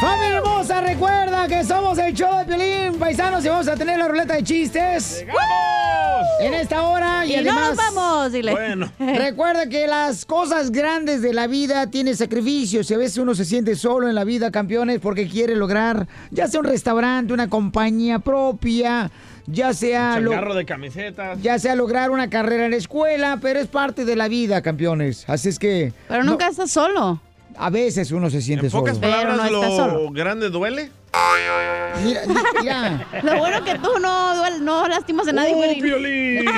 ¡Familia hermosa! Recuerda que somos el show de Piolín, paisanos, y vamos a tener la ruleta de chistes. En esta hora y, Y no además... nos vamos, dile. Bueno. Recuerda que las cosas grandes de la vida tienen sacrificios y a veces uno se siente solo en la vida, campeones, porque quiere lograr ya sea un restaurante, una compañía propia, ya sea... lo- Changarro de camisetas. Ya sea lograr una carrera en la escuela, pero es parte de la vida, campeones. Así es que... Pero nunca estás solo. A veces uno se siente En solo. pocas palabras, lo grande duele. Mira, mira. Lo bueno que tú no, duel- no lastimas a nadie. Piolín. Oh,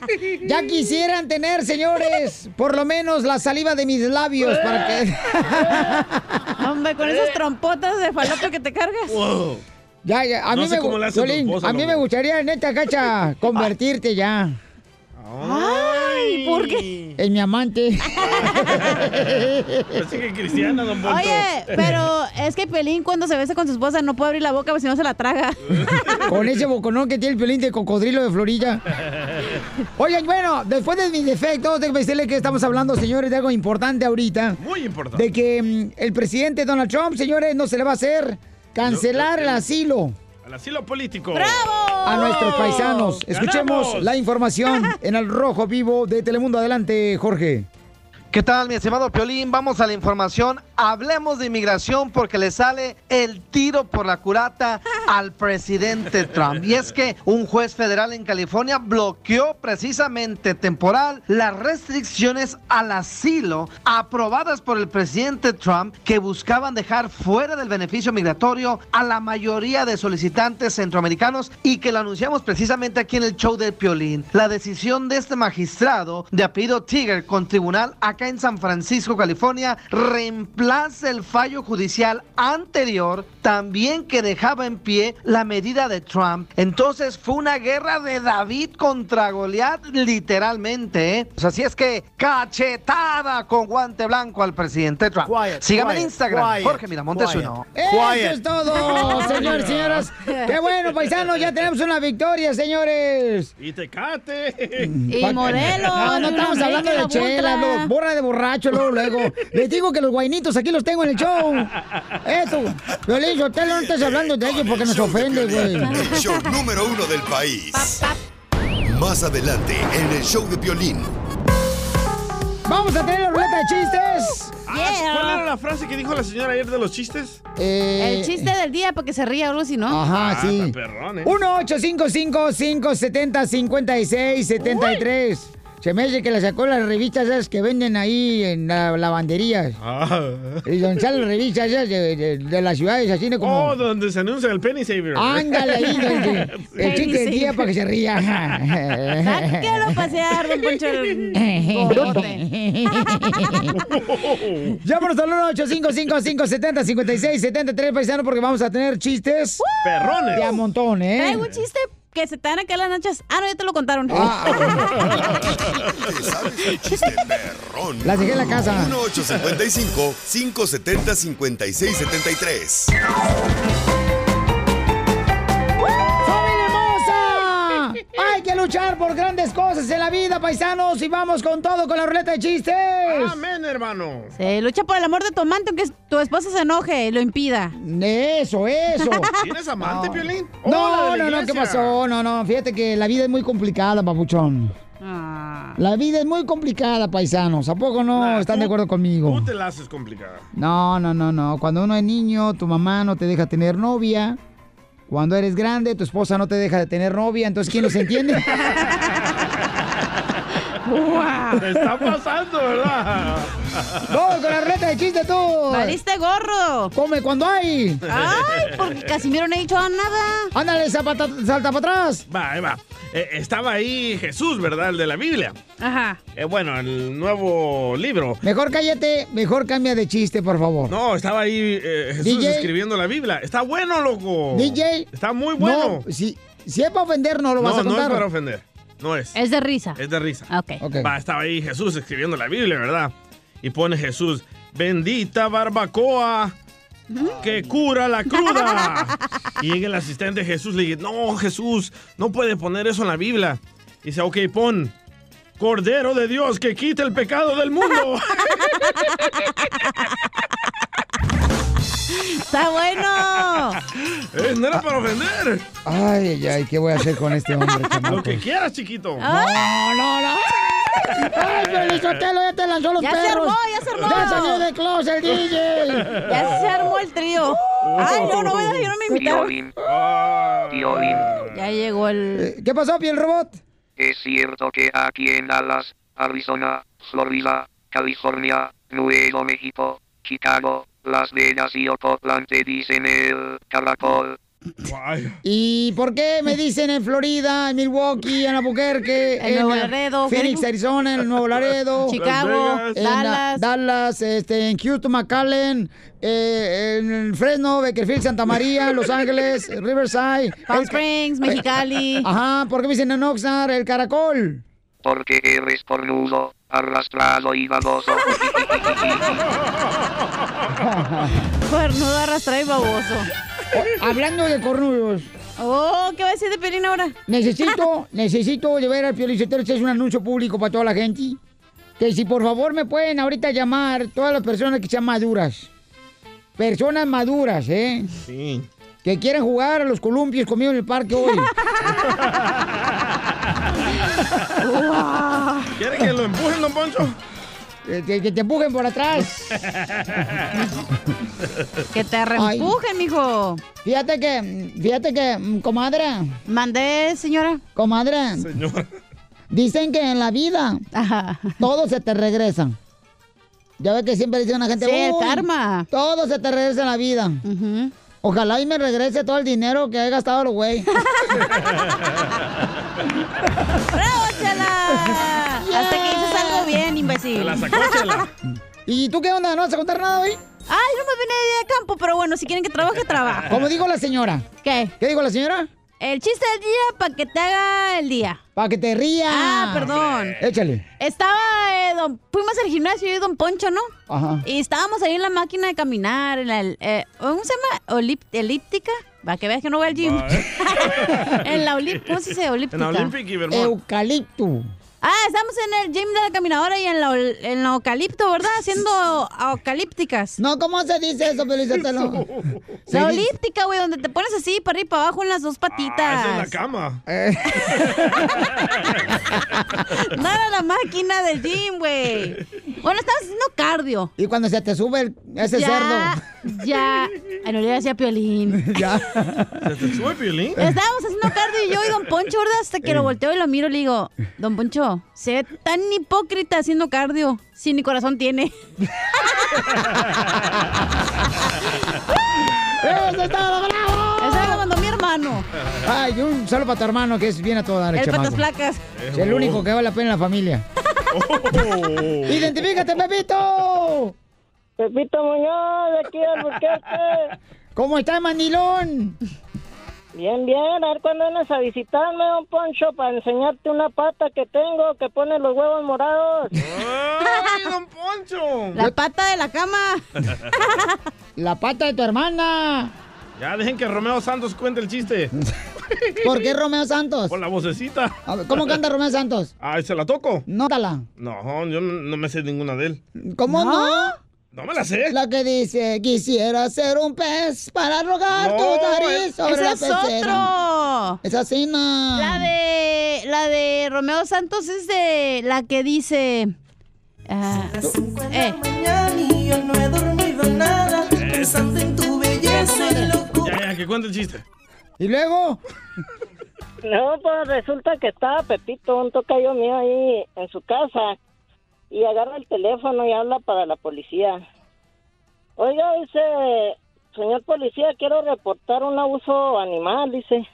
Ya quisieran tener, señores, por lo menos la saliva de mis labios para que... Hombre, con esas trompotas de falopio que te cargas. Ya, ya, a No mí, sé me, cómo gu- le hace tu Piolín, esposa, Ah. a mí loco. me gustaría, neta, cacha, convertirte ya. Ay, ¿por qué? En mi amante. Así que cristiana, don Poncho. Oye, pero es que Pelín cuando se besa con su esposa no puede abrir la boca porque si no se la traga. Con ese boconón que tiene el pelín de cocodrilo de Florilla. Oigan, bueno, después de mis defectos, déjenme decirles que estamos hablando, señores, de algo importante ahorita. Muy importante. De que mm, el presidente Donald Trump, señores, no se le va a hacer cancelar el asilo Al asilo político. a nuestros paisanos. Escuchemos ¡Oh! Ganamos. la información en el rojo vivo de Telemundo. Adelante, Jorge. ¿Qué tal, mi estimado Piolín? Vamos a la información. Hablemos de inmigración porque le sale el tiro por la curata al presidente Trump. Y es que un juez federal en California bloqueó precisamente temporal las restricciones al asilo aprobadas por el presidente Trump que buscaban dejar fuera del beneficio migratorio a la mayoría de solicitantes centroamericanos y que lo anunciamos precisamente aquí en el show de Piolín. La decisión de este magistrado de apellido Tiger con tribunal acá en San Francisco, California, reemplaza el fallo judicial anterior también que dejaba en pie la medida de Trump. Entonces fue una guerra de David contra Goliat, literalmente. ¿eh? Pues así es que cachetada con guante blanco al presidente Trump. Sígame en quiet, Instagram, quiet, Jorge Miramontes quiet. uno. Eso es todo, señores, señoras. Qué bueno, paisanos, ya tenemos una victoria, señores. Y Tecate. Pa- Ah, No, no estamos hablando de chela, no, borra de borracho luego, luego. Les digo que los guainitos aquí los tengo en el show. Eso, Violín, yo te no estás hablando de ellos porque nos ofende, güey. El show número uno del país. Más adelante, en el show de violín. Vamos a tener la ruleta de chistes. Ah, ¿Cuál era la frase que dijo la señora ayer de los chistes? Eh, El chiste del día para que se ría o algo así, ¿no? Ajá, sí. 1-855-570-5673. Se me dice que la sacó las revistas esas que venden ahí en la lavandería. Ah, Y donde salen las revistas esas de, de- de las ciudades, así ¿no? como... Oh, donde se anuncia el Penny Saver. Ándale ahí, donde- el chiste del día para que se ría. Sáquelo a pasear, don Poncho. Llámanos al 1-855-570-5673, paisano, porque vamos a tener chistes. Perrones. De a montón, ¿eh? Hay un chiste que se te van a caer las nachas. Ah, no, ya te lo contaron. ah, ¿Te sabes el chiste perrón? La dejé en la casa. 1-855-570-5673. ¡Familia hermosa! Hay que luchar por grandes cosas en la vida, paisanos, y vamos con todo con la ruleta de chistes. Amén, hermano. Se lucha por el amor de tu amante aunque tu esposa se enoje y lo impida. Eso, eso. ¿Tienes amante, No. Piolín? Oh, No, no, no, ¿qué pasó? No, no, fíjate que la vida es muy complicada, papuchón. La vida es muy complicada, paisanos. ¿A poco no están de acuerdo conmigo? Ah. Tú te la haces complicada. No, no, no, no. Cuando uno es niño, tu mamá no te deja tener novia. Cuando eres grande, tu esposa no te deja de tener novia. Entonces, ¿quién los entiende? Te está pasando, ¿verdad? ¡Vamos con la reta de chiste tú! ¡Valiste gorro! ¡Come cuando hay! ¡Ay! Porque Casimiro no ha dicho nada. ¡Ándale, zapata, salta para atrás! Va, ahí va. Eh, estaba ahí Jesús, ¿verdad? El de la Biblia. Ajá. Eh, bueno, el nuevo libro. Mejor cállate, mejor cambia de chiste, por favor. No, estaba ahí eh, Jesús DJ. escribiendo la Biblia. Está bueno, loco. DJ. Está muy bueno. No, si, si es para ofender, no lo vas No, a no es contar. para ofender. No es. Es de risa. Es de risa. Ok. Va, estaba ahí Jesús escribiendo la Biblia, ¿verdad? Y pone Jesús, bendita barbacoa que cura la cruda. y llega el asistente de Jesús, le dice, no, Jesús, no puede poner eso en la Biblia. Dice, ok, pon, Cordero de Dios que quita el pecado del mundo. ¡Está bueno! Eh, no era para ofender. Ay, ay, ay, ¿qué voy a hacer con este hombre, Lo chamaco? que quieras, chiquito. No, no, no. Ay, Felicitelo, ya te lanzó los Ya se perros. armó, ya se armó. Ya salió de closet el Uh. DJ. Ya se armó el trío. Ay, no, no, ¿verdad? yo no me invitaron. Piolín. Piolín. Ya llegó el. Eh, ¿Qué pasó, piel robot? Es cierto que aquí en Dallas, Arizona, Florida, California, Nuevo México, Chicago, Las Vegas y Ocotlán te dicen el caracol. Ay, ¿Y por qué me dicen en Florida, en Milwaukee, en Albuquerque, En Nuevo Laredo, Phoenix, Phoenix. Arizona, en Nuevo Laredo, Chicago, Las Vegas. en ah, Dallas. Dallas, este, en Houston, McAllen, eh, en Fresno, Beckerfield, Santa María, Los Ángeles, Riverside, Palm el- Springs, Mexicali. Ajá, ¿por qué me dicen en Oxnard, el caracol? Porque eres cornudo, arrastrado y baboso. Cuernudo arrastrado y baboso. O- hablando de cornudos. Oh, ¿qué va a decir de Pelín ahora? Necesito, necesito llevar al Piolicetero, este es un anuncio público para toda la gente. Que si por favor me pueden ahorita llamar todas las personas que sean maduras. Personas maduras, ¿eh? sí. Que quieran jugar a los columpios conmigo en el parque hoy. ¿Quiere que lo empujen, don Poncho? Eh, que, que te empujen por atrás. Que te reempujen, mijo. Fíjate que, fíjate que, mm, comadre, Mandé, señora. comadre, Señor. dicen que en la vida Ajá. todo se te regresa. Ya ves que siempre dicen la gente, Sí, el "Uy, karma. todo se te regresa en la vida. Ujú. Ojalá y me regrese todo el dinero que he gastado los güey. ¡Bravo, chala! Hasta que dices algo bien, imbécil. Se la Ay, sacó, chela. ¿Y tú qué onda? ¿No vas a contar nada hoy? no me vine de campo, pero bueno, si quieren que trabaje, trabaja. Como dijo la señora. ¿Qué? ¿Qué dijo la señora? El chiste del día para que te haga el día. Para que te rías. Ah, perdón. Échale. Estaba, eh, don- fuimos al gimnasio y don Poncho, ¿no? Ajá. Y estábamos ahí en la máquina de caminar, en la, el- eh, ¿cómo se llama? Olip- elíptica. Va, que veas que no voy al gym. en la olip, ¿cómo se dice? ¿eh? En la Olíptica. Olympic y Vermont. Eucalipto. ah, estamos en el gym de la caminadora y en la, ol- en la eucalipto, ¿verdad? Haciendo eucalípticas. No, ¿cómo se dice eso, Felicitelo? Se La dice- olíptica, güey, donde te pones así para arriba y para abajo en las dos Ah, esa es la patitas. cama. Eh, Nada la máquina del gym, güey. Bueno, estamos haciendo cardio. y cuando se te sube el- ese ya, ya. Ay, no le decía piolín. cerdo. Ya. ¿Se te sube, Piolín? Estábamos haciendo cardio y yo y Don Poncho, ¿verdad? Hasta que lo volteo y lo miro y le digo, Don Poncho, se ve tan hipócrita haciendo cardio, si ni corazón tiene. ¡Eso es todo, bravo! Eso me lo mandó mi hermano, Ay, un saludo para tu hermano que es bien a todo dar, el el chamaco. Patas Flacas. Es el único que vale la pena en la familia. Oh. ¡Identifícate, Pepito! Pepito Muñoz, de aquí de Albuquerque. ¿Cómo está, Manilón? Bien, bien, a ver cuándo vienes a visitarme, don Poncho, para enseñarte una pata que tengo que pone los huevos morados. ¡Ay, don Poncho! La pata de la cama. La pata de tu hermana. Ya dejen que Romeo Santos cuente el chiste. ¿Por qué Romeo Santos? Con la vocecita. A ver, ¿Cómo canta Romeo Santos? Ay, ¿se la toco? Nótala. No, yo no, no me sé ninguna de él. ¿Cómo no? No me la sé. La que dice, quisiera ser un pez para rogar No, tu nariz es- sobre Ese la es pecera. otro. Es así, no. La de, la de Romeo Santos es de la que dice... ah, eh, Ya, ya, que cuente el chiste. Y luego, No, pues resulta que estaba Pepito, un tocayo mío ahí en su casa y agarra el teléfono y habla para la policía. Oiga, dice, señor policía, quiero reportar un abuso animal, dice.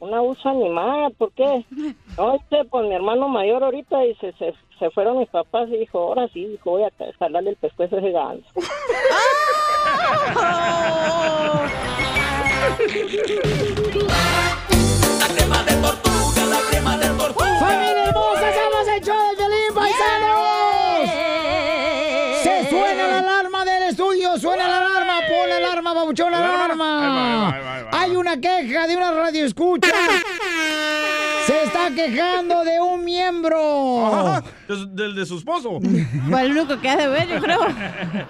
Un abuso animal, ¿por qué? No, dice, pues mi hermano mayor ahorita, dice, se, se fueron mis papás y dijo, ahora sí, dijo, voy a ca- jalarle el pescuezo a ese ganso. La crema de tortuga, la crema de tortuga. babuchón, la Ahí va, alarma. ahí va, ahí va, ahí Hay una queja de una radio escucha. Se está quejando de un miembro. De- del de su esposo. Fue el único que ha de ver, yo creo.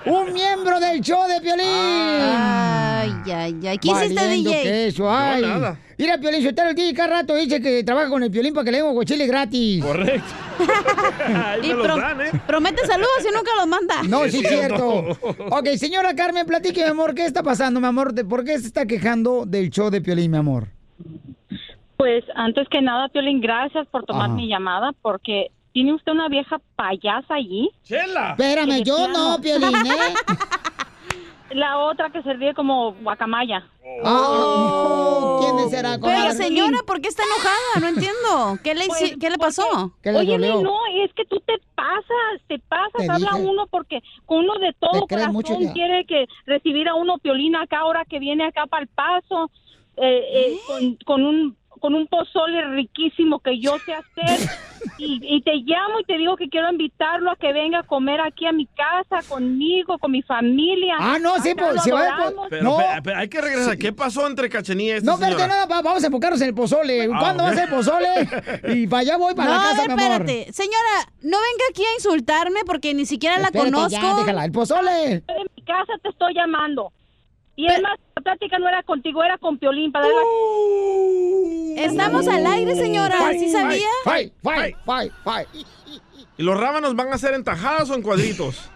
Un miembro del show de Piolín. Ay, ay, ay. ¿Qué hiciste, DJ? Eso, ay. No, nada. Mira, Piolín, yo el DJ cada rato dice que trabaja con el Piolín para que le den guachiles gratis. Correcto. Y pro- ¿eh? promete saludos y nunca los manda. No, sí es cierto. Ok, señora Carmen, platique, mi amor, ¿qué está pasando, mi amor? ¿De- ¿Por qué se está quejando del show de Piolín, mi amor? Pues antes que nada, Piolín, gracias por tomar Ajá. mi llamada porque tiene usted una vieja payasa allí. ¡Chela! Espérame, yo no, Piolín, ¿eh? La otra que se ríe como guacamaya. Oh, ¿quién será? Con Pero Martín. señora, ¿por qué está enojada? No entiendo. ¿Qué le, hici- ¿qué le pasó? Pues, Oye, no, es que tú te pasas, te pasas, Te habla dije. uno porque con uno de todo Te crees corazón mucho ya. quiere que recibir a uno Piolín acá ahora que viene acá para el paso eh, eh, con, con un con un pozole riquísimo que yo sé hacer y, y te llamo y te digo que quiero invitarlo a que venga a comer aquí a mi casa conmigo, con mi familia. Ah, no, sí, Acá pues, lo se va de adoramos. po- Pero, No. pe- pero hay que regresar. ¿Qué pasó entre Cachanilla y esta No, señora? espérate, nada, va- vamos a enfocarnos en el pozole. Ah, ¿Cuándo ok. va a ser el pozole? Y para allá voy, para no, la casa, mi amor. espérate. Señora, no venga aquí a insultarme porque ni siquiera la Espérate, conozco. ya, déjala, el pozole. Estoy en mi casa, te estoy llamando. Y es más, la plática no era contigo, era con Piolín para darle Estamos al aire, señora. ¿Sí sabía? ¡Fai, fai, fai, fai! ¿Y los rábanos van a ser en tajadas o en cuadritos?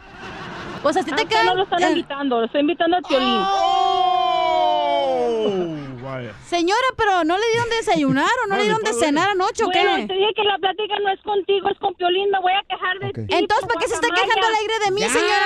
Pues así te No lo están invitando, lo estoy invitando a Piolín. vaya. Señora, pero no le dieron de desayunar o no, le dieron de cenar anoche, ¿o qué? Bueno, te dije que la plática no es contigo, es con Piolín, me voy a quejar de ti. Entonces, ¿para qué se está quejando al aire de mí, señora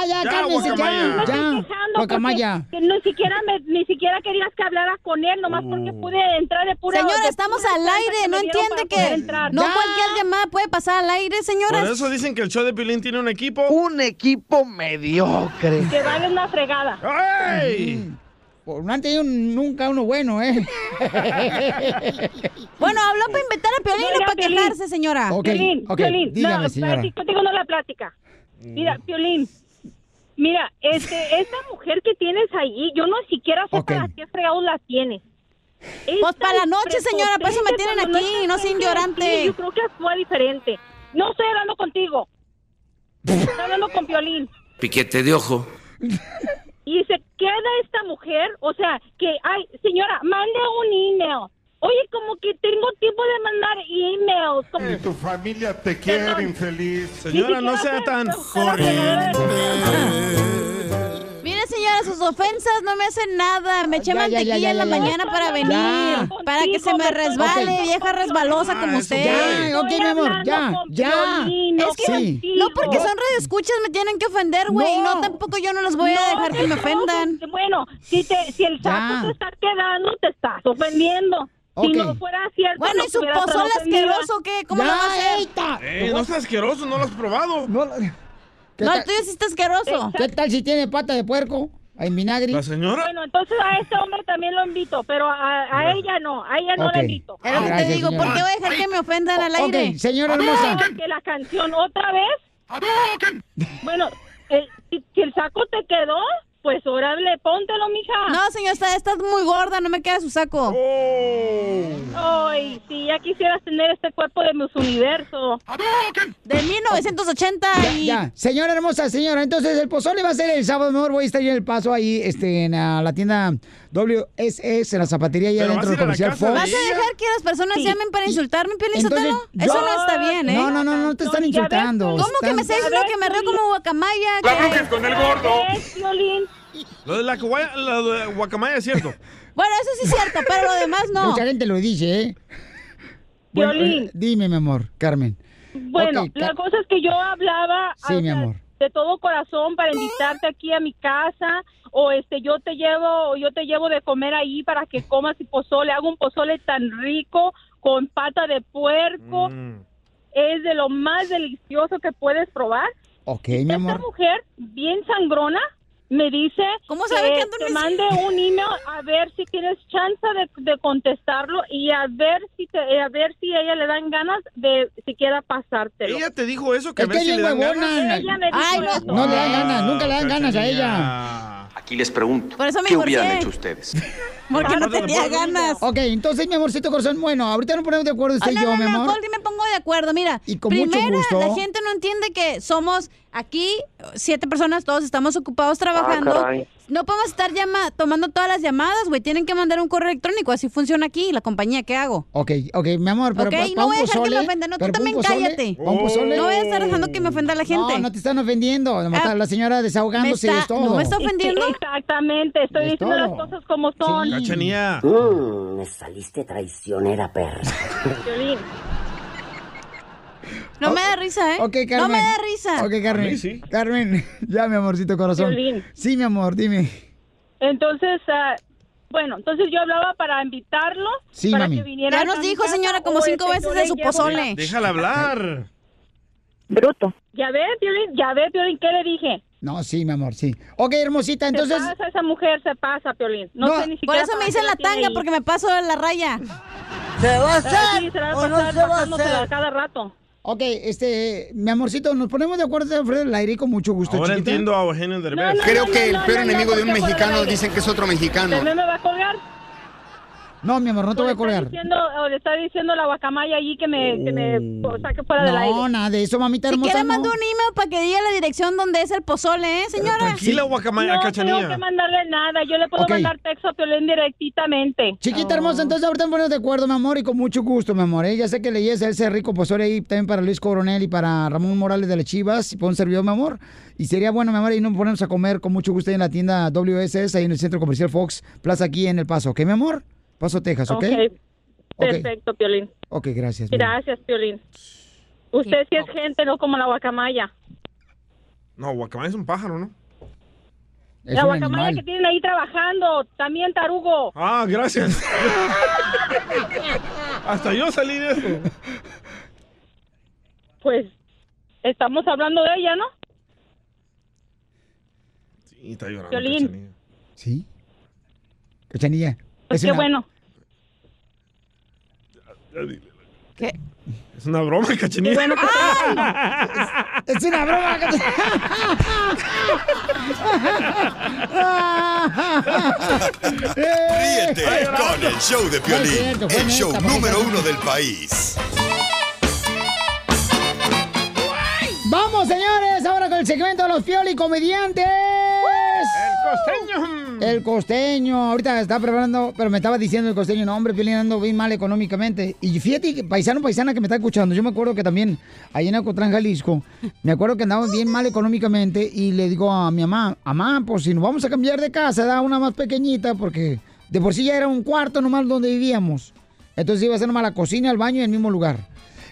Ya, ya, ya, cálmese, ya, ya. Guacamaya. Que ni siquiera me, ni siquiera querías que hablara con él, nomás porque Oh. pude entrar de pura. Señora, de estamos pura al chance aire, que ¿no me dieron entiende para que poder entrar. no cualquier llamada puede pasar al aire, señora? Por eso dicen que el show de Pilín tiene un equipo. Un equipo mediocre. Que vale una fregada. ¡Ay! Por- No han tenido nunca uno bueno, ¿eh? Bueno, habló para inventar a Piolín No, o ya, para Piolín. quejarse, señora. Ok, Piolín, ok, Piolín, dígame, no, señora. Mm. platico contigo no la plática. Mira, Piolín, mira, este, esta mujer que tienes allí, yo no siquiera sé para qué fregados la tienes. Pues para la noche, señora, para eso me tienen aquí, no soy ignorante. ignorante. Yo creo que actúa diferente. No estoy hablando contigo. Estoy hablando con Piolín. Piquete de ojo. Y se queda esta mujer, o sea, que, ay, señora, mande un email. Oye, como que tengo tiempo de mandar emails. Como... Tu familia te quiere, infeliz. Señora, no sea tan Mire, señora, sus ofensas no me hacen nada. Me eché ya, ya, mantequilla ya, en la ya, ya. mañana para Ya. venir. Para que se me Contigo, resbale, Ok. vieja resbalosa como usted. Ya, ok, mi amor, ya, ya. Es que Sí. no porque son radioescuchas me tienen que ofender, güey. No. tampoco yo no los voy a dejar que me ofendan. Bueno, si, te, si el saco te está quedando, te estás ofendiendo. Si Ok. no fuera cierto, Bueno, no ¿y su te hubieras pozole tan ofendida. asqueroso qué? ¿Cómo lo va a hacer? Eh, Ey, no seas asqueroso, no lo has probado. ¿Qué No, tal- el tuyo sí está asqueroso. ¿Qué tal si tiene pata de puerco? Ay, vinagre. ¿La señora? Bueno, entonces a este hombre también lo invito, pero a, a ella no, a ella no Ok. la invito. Es lo que te Gracias, digo, ¿por qué señora. voy a dejar que me ofendan al O- ok, aire? señora hermosa. Que la canción otra vez. Bueno, el- si, si el saco te quedó, pues órale, póntelo, mija. No, señor, está- estás muy gorda, no me queda su saco. Oh. Ay, si ya quisieras tener este cuerpo de mis universo. De 1980 y... Ah, Ya, Ah, señora hermosa, señora. Entonces, el pozole va a ser el sábado, mejor voy a estar yo en el paso ahí, este, en ah, la tienda WSS, en la zapatería, allá Pero dentro del comercial Fox. ¿Vas a dejar que las personas llamen para insultarme, Piolín Sotelo? yo- Eso no está bien, ¿eh? No, no, no, no te están insultando. ¿Cómo que Están- me estás diciendo que me río como guacamaya? La que- bronca es con el gordo. Es Piolín. Lo de la, guaya- la de guacamaya es cierto. Bueno, eso sí es cierto, pero lo demás no. Mucha gente lo dice, ¿eh? Violín. eh, dime, mi amor, Carmen. Bueno, Ok, la Car- cosa es que yo hablaba Sí, Ah, o mi sea, amor. de todo corazón para invitarte aquí a mi casa o este yo te llevo o yo te llevo de comer ahí para que comas y pozole, hago un pozole tan rico con pata de puerco, es de lo más delicioso que puedes probar. Ok, mi Esta amor. mujer bien sangrona me dice ¿Cómo sabe que ando en te mis- mande un email a ver si tienes chance de, de contestarlo y a ver si te, eh, a ver si a ella le dan ganas de siquiera pasártelo. Ella te dijo eso, que Es a que ver si es le bien dan huevona. ganas. Ella me dijo Ay, no. eso. No le dan ganas, nunca le dan ganas a Cachanilla. ella. Aquí les pregunto, Por eso me ¿qué hubieran divorcié. hecho ustedes? Porque no tenía ganas. Ok, entonces, mi amorcito corazón, bueno, ahorita nos ponemos de acuerdo usted Ah, y yo, no, no, mi no, amor. Goldie, me pongo de acuerdo. Mira, Y con mucho primero, gusto. la gente no entiende que somos aquí siete personas, todos estamos ocupados trabajando. Ah, caray. no podemos estar llama tomando todas las llamadas, güey. Tienen que mandar un correo electrónico. Así funciona aquí la compañía. ¿Qué hago? Ok, ok, mi amor, pero ok, pa- pa' no un voy a dejar que pozole, me ofenda. No, tú pero pa' un también pozole, cállate. pa' un pozole. No voy a estar dejando que me ofenda la gente. No, no te están ofendiendo. nomás Ah, está la señora desahogándose y me es está- todo. no me está ofendiendo. Exactamente, estoy Es diciendo todo. las cosas como son. Mm, me saliste traicionera, perra. Piolín. No me da risa, ¿eh? Oh. Ok, Carmen. No me da risa. Ok, Carmen. Carmen, ya, mi amorcito corazón. Violín. Sí, mi amor, dime. Entonces, ah, bueno, entonces yo hablaba para invitarlo. Sí, para mami. que viniera Ya nos a mi dijo, casa, señora, como o cinco veces este, yo de le su llevo- pozole. Déjala hablar. Bruto. Ya ve, Piolín, ya ve, Piolín, ¿qué le dije? No, sí, mi amor, sí. Ok, hermosita, entonces. Se pasa, esa mujer se pasa, Piolín. No, sé ni por siquiera eso me para dicen qué la tiene tanga, ahí. porque me paso de la raya. ¿Se va a hacer Eh, Sí, se la o va a no pasar se va a pasándosela hacer? cada rato. Ok, este, mi amorcito, nos ponemos de acuerdo Alfredo al aire con mucho gusto. Ahora chiquita? entiendo a Eugenio Derbez. Creo que el peor enemigo de un mexicano dicen que es otro mexicano. ¿También me va a colgar? No, mi amor, no te voy a colgar. Diciendo, o le está diciendo la guacamaya allí que me, que me o saque fuera del aire. No, nada de eso, mamita Si hermosa. quiere, no. mando un email para que diga la dirección donde es el pozole, ¿eh, señora? Tranquila, guacamaya, no cachanilla. tengo que mandarle nada. Yo le puedo Ok. mandar texto a Piolín directamente. Oh. Chiquita hermosa, entonces ahorita nos ponemos de acuerdo, mi amor, y con mucho gusto, mi amor. ¿eh? Ya sé que le lleves a ese rico pozole ahí también para Luis Coronel y para Ramón Morales de las Chivas, y para un servidor, mi amor. Y sería bueno, mi amor, y nos ponemos a comer con mucho gusto ahí en la tienda WSS, ahí en el Centro Comercial Fox Plaza, aquí en El Paso, ¿ok, mi amor? Paso, Texas, ¿ok? Ok. Pues Perfecto, Piolín. Ok, gracias. mi amor. Gracias, Piolín. Usted sí es gente, no como la guacamaya. No, guacamaya es un pájaro, ¿no? la guacamaya que tienen ahí trabajando, también tarugo. Ah, gracias. Hasta yo salí de eso. Pues estamos hablando de ella, ¿no? Y está llorando. Piolín. ¿Sí? Cachanilla. Pues es qué una- bueno. ¿Qué? Es una broma, cachanilla. bueno que Es una broma. Ríete con el show No de es Piolín, cierto, fue el show neta, fue número neta. uno del país. Vamos, señores, ahora con el segmento de los Pioli Comediantes. El costeño. El costeño. Ahorita está preparando, pero me estaba diciendo el costeño, no, hombre, Piolín ando bien mal económicamente. Y fíjate, que paisano, paisana que me está escuchando, yo me acuerdo que también, ahí en Acotlán, Jalisco, me acuerdo que andaba bien mal económicamente y le digo a mi mamá, mamá, pues si nos vamos a cambiar de casa, da una más pequeñita, porque de por sí ya era un cuarto nomás donde vivíamos. Entonces iba a ser nomás la cocina, el baño en el mismo lugar.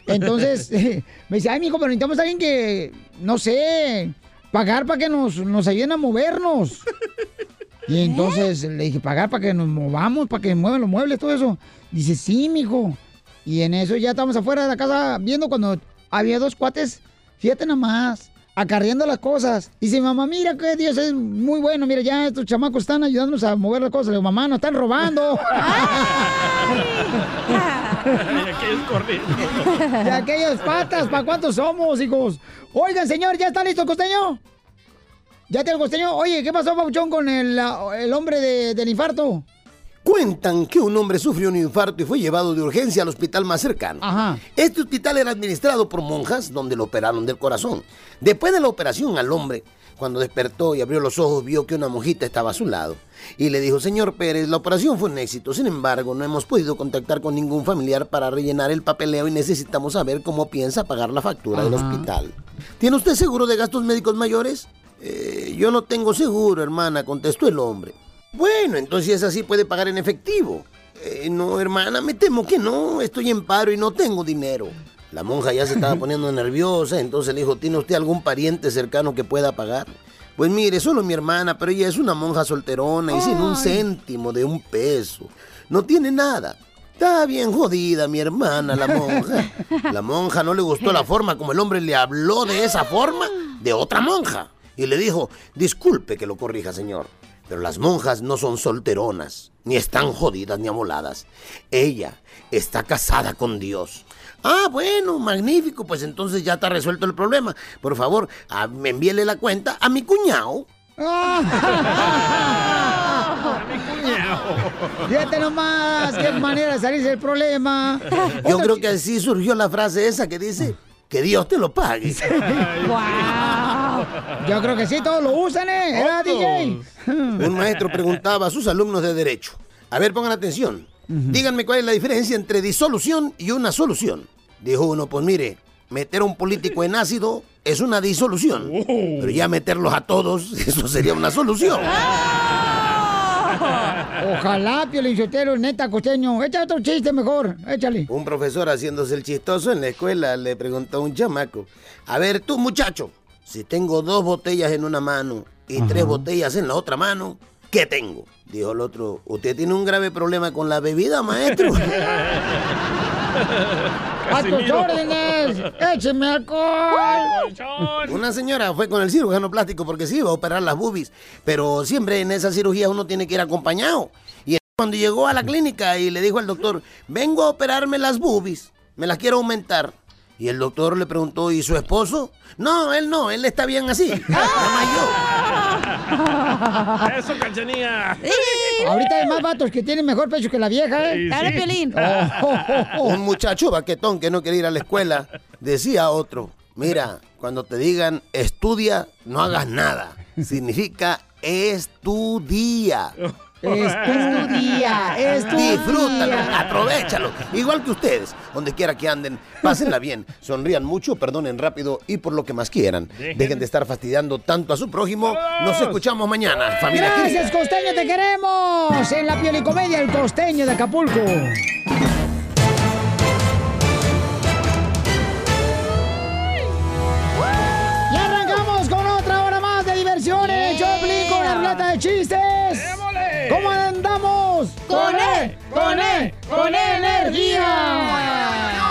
Entonces, eh, me dice, ay, mijo, pero necesitamos a alguien que, no sé, pagar para que nos, nos ayuden a movernos. Y entonces le dije, pagar para que nos movamos, para que muevan los muebles, todo eso. Dice, sí, mijo. Y en eso ya estamos afuera de la casa viendo cuando había dos cuates, fíjate nada más, acarreando las cosas. Dice, mamá, mira que Dios es muy bueno, mira, ya estos chamacos están ayudándonos a mover las cosas. Le digo, mamá, nos están robando. Y aquí es corriendo. De aquellas patas, ¿para cuántos somos, hijos? Oigan, señor, ¿ya está listo el costeño? ¿Ya está el costeño? Oye, ¿qué pasó, Pauchón, con el, ah, el hombre de- del infarto? Cuentan que un hombre sufrió un infarto y fue llevado de urgencia al hospital más cercano. Este hospital era administrado por monjas donde lo operaron del corazón. Después de la operación al hombre, cuando despertó y abrió los ojos, vio que una monjita estaba a su lado. Y le dijo, señor Pérez, la operación fue un éxito. Sin embargo, no hemos podido contactar con ningún familiar para rellenar el papeleo y necesitamos saber cómo piensa pagar la factura del Ajá. hospital. ¿Tiene usted seguro de gastos médicos mayores? "Eh, yo no tengo seguro, hermana, contestó el hombre. Bueno, entonces es así, puede pagar en efectivo. "Eh, no, hermana, me temo que no, estoy en paro y no tengo dinero. La monja ya se estaba poniendo nerviosa, entonces le dijo, ¿tiene usted algún pariente cercano que pueda pagar? Pues mire, solo mi hermana, pero ella es una monja solterona y sin un céntimo de un peso. No tiene nada. Está bien jodida mi hermana, la monja. La monja no le gustó la forma como el hombre le habló de esa forma de otra monja. Y le dijo, disculpe que lo corrija, señor. Pero las monjas no son solteronas, ni están jodidas ni amoladas. Ella está casada con Dios. Ah, bueno, magnífico, ah, pues entonces ya está resuelto el problema. Por favor, a- me envíele la cuenta a mi cuñado. Ah. Fíjate nomás, qué manera de salirse del problema. Yo creo que así surgió la frase esa que dice, que Dios te lo pague. ¡Wow! Yo creo que sí, todos lo usan, ¿eh? ¿Era DJ? Un maestro preguntaba a sus alumnos de derecho. A ver, pongan atención. Díganme cuál es la diferencia entre disolución y una solución. Dijo uno, pues mire, meter a un político en ácido es una disolución. Oh. Pero ya meterlos a todos, eso sería una solución. Ojalá, Piolinsotero, neta, costeño. Echa otro chiste mejor, échale. Un profesor haciéndose el chistoso en la escuela le preguntó a un chamaco, a ver tú muchacho, si tengo dos botellas en una mano y tres botellas en la otra mano, ¿qué tengo? Dijo el otro, usted tiene un grave problema con la bebida, maestro. ¡A tus órdenes! ¡Écheme alcohol! Una señora fue con el cirujano plástico porque sí iba a operar las boobies, pero siempre en esa cirugía uno tiene que ir acompañado. Y cuando llegó a la clínica y le dijo al doctor, vengo a operarme las boobies, me las quiero aumentar. Y el doctor le preguntó, ¿y su esposo? No, él no, él está bien así. Eso, cachanía. Ahorita hay más vatos que tienen mejor pecho que la vieja, ¿eh? Oh, Sí, Dale, sí. Piolín. Un muchacho baquetón que no quería ir a la escuela decía a otro, mira, cuando te digan estudia, no hagas nada. Significa estudia. Estudia, estudia. Disfrútalo, aprovechalo. Igual que ustedes, donde quiera que anden, pásenla bien, sonrían mucho, perdonen rápido y por lo que más quieran. Dejen de estar fastidiando tanto a su prójimo. Nos escuchamos mañana, familia. querida. Gracias, costeño, te queremos. En la piolicomedia, el costeño de Acapulco. Y arrancamos con otra hora más de diversiones. Yo aplico la plata de chistes. ¿Cómo andamos? Con E, con E, con E energía.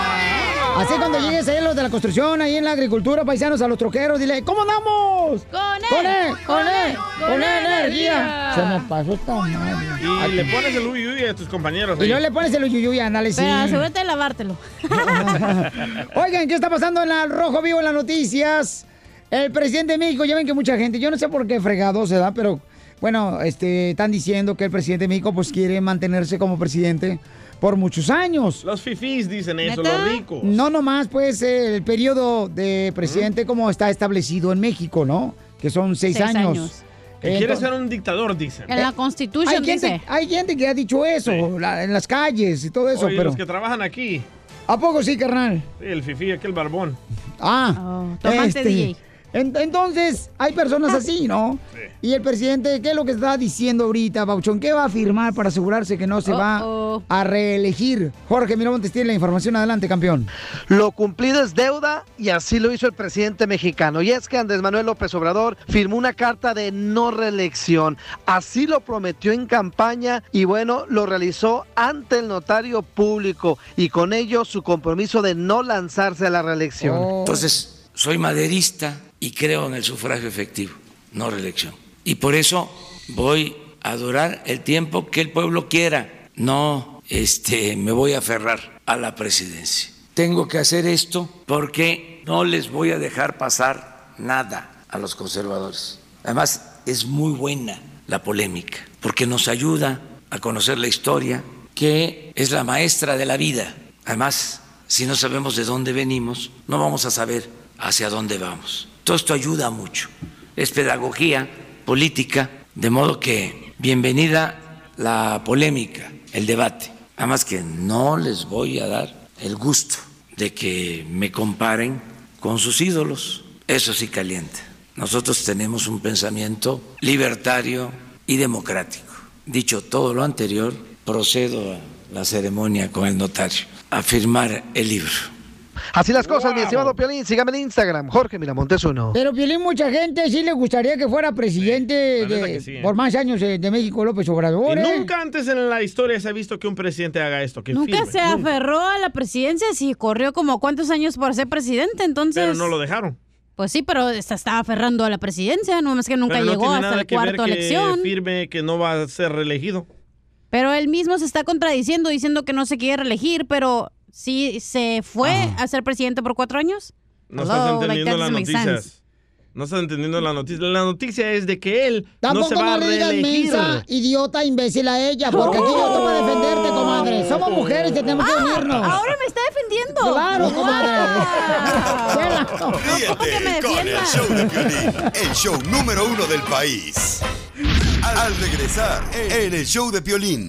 Así cuando llegues ahí a los de la construcción, ahí en la agricultura, paisanos, a los troqueros, dile, ¿cómo andamos? Con E, con E, con E, con E energía. Se nos pasó esta madre. Y Ah, le pones el uy uy a tus compañeros. Ah, Y ahí. luego le pones el uyuyuy, ándale, sí. Pero asegúrate de lavártelo. Oigan, ¿qué está pasando en el Rojo Vivo en las noticias? El presidente de México, ya ven que mucha gente, yo no sé por qué fregado se da, pero bueno, este, están diciendo que el presidente de México pues quiere mantenerse como presidente por muchos años. Los fifís dicen eso, ¿Neta? los ricos. No nomás pues el periodo de presidente como está establecido en México, ¿no? Que son seis, Seis años. años. Que quiere Entonces- ser un dictador, dicen. En la hay Constitución gente, dice. hay gente que ha dicho eso, la- en las calles y todo eso, Oye, pero... los que trabajan aquí. ¿A poco sí, carnal? Sí, El fifí, aquel barbón. Ah, tomate, DJ. en- entonces, hay personas así, ¿no? Y el presidente, ¿qué es lo que está diciendo ahorita, Bauchón? ¿Qué va a firmar para asegurarse que no se Uh-oh. va a reelegir? Jorge Miramontes tiene la información. Adelante, campeón. Lo cumplido es deuda y así lo hizo el presidente mexicano. Y es que Andrés Manuel López Obrador firmó una carta de no reelección. Así lo prometió en campaña y bueno, lo realizó ante el notario público y con ello su compromiso de no lanzarse a la reelección. Oh. Entonces, soy maderista y creo en el sufragio efectivo, no reelección. Y por eso voy a durar el tiempo que el pueblo quiera. No este, me voy a aferrar a la presidencia. Tengo que hacer esto porque no les voy a dejar pasar nada a los conservadores. Además, es muy buena la polémica porque nos ayuda a conocer la historia que es la maestra de la vida. Además, si no sabemos de dónde venimos, no vamos a saber hacia dónde vamos. Todo esto ayuda mucho. Es pedagogía política, de modo que bienvenida la polémica, el debate. Además que no les voy a dar el gusto de que me comparen con sus ídolos. Eso sí calienta. Nosotros tenemos un pensamiento libertario y democrático. Dicho todo lo anterior, procedo a la ceremonia con el notario a firmar el libro. Así las cosas, mi estimado Piolín. Sígame en Instagram, Jorge Miramontes uno. Pero, Piolín, mucha gente sí le gustaría que fuera presidente la neta de- que sí, ¿eh? por más años eh, de México López Y Obrador. ¿eh? nunca antes en la historia se ha visto que un presidente haga esto. Que Nunca firme. se aferró a la presidencia si corrió como cuántos años por ser presidente, entonces. Pero no lo dejaron. Pues sí, pero se estaba aferrando a la presidencia, no más que nunca Pero no llegó tiene hasta nada la que ver cuarta que elección. Firme que no va a ser reelegido. Pero él mismo se está contradiciendo, diciendo que no se quiere reelegir, Ah. pero sí se fue a ser presidente por cuatro años. Pues Hello, No estás like, entendiendo that las doesn't make sense. noticias. No estás entendiendo la noticia. La noticia es de que él no Tampoco se va no a le digas reelegir. mensa, idiota, imbécil a ella, porque aquí yo estoy para defenderte, comadre. Somos mujeres y tenemos que Ah, unirnos. Ahora me está defendiendo. Claro, comadre. Ríete con el show de Piolín, el show número uno del país. Al regresar en el show de Piolín.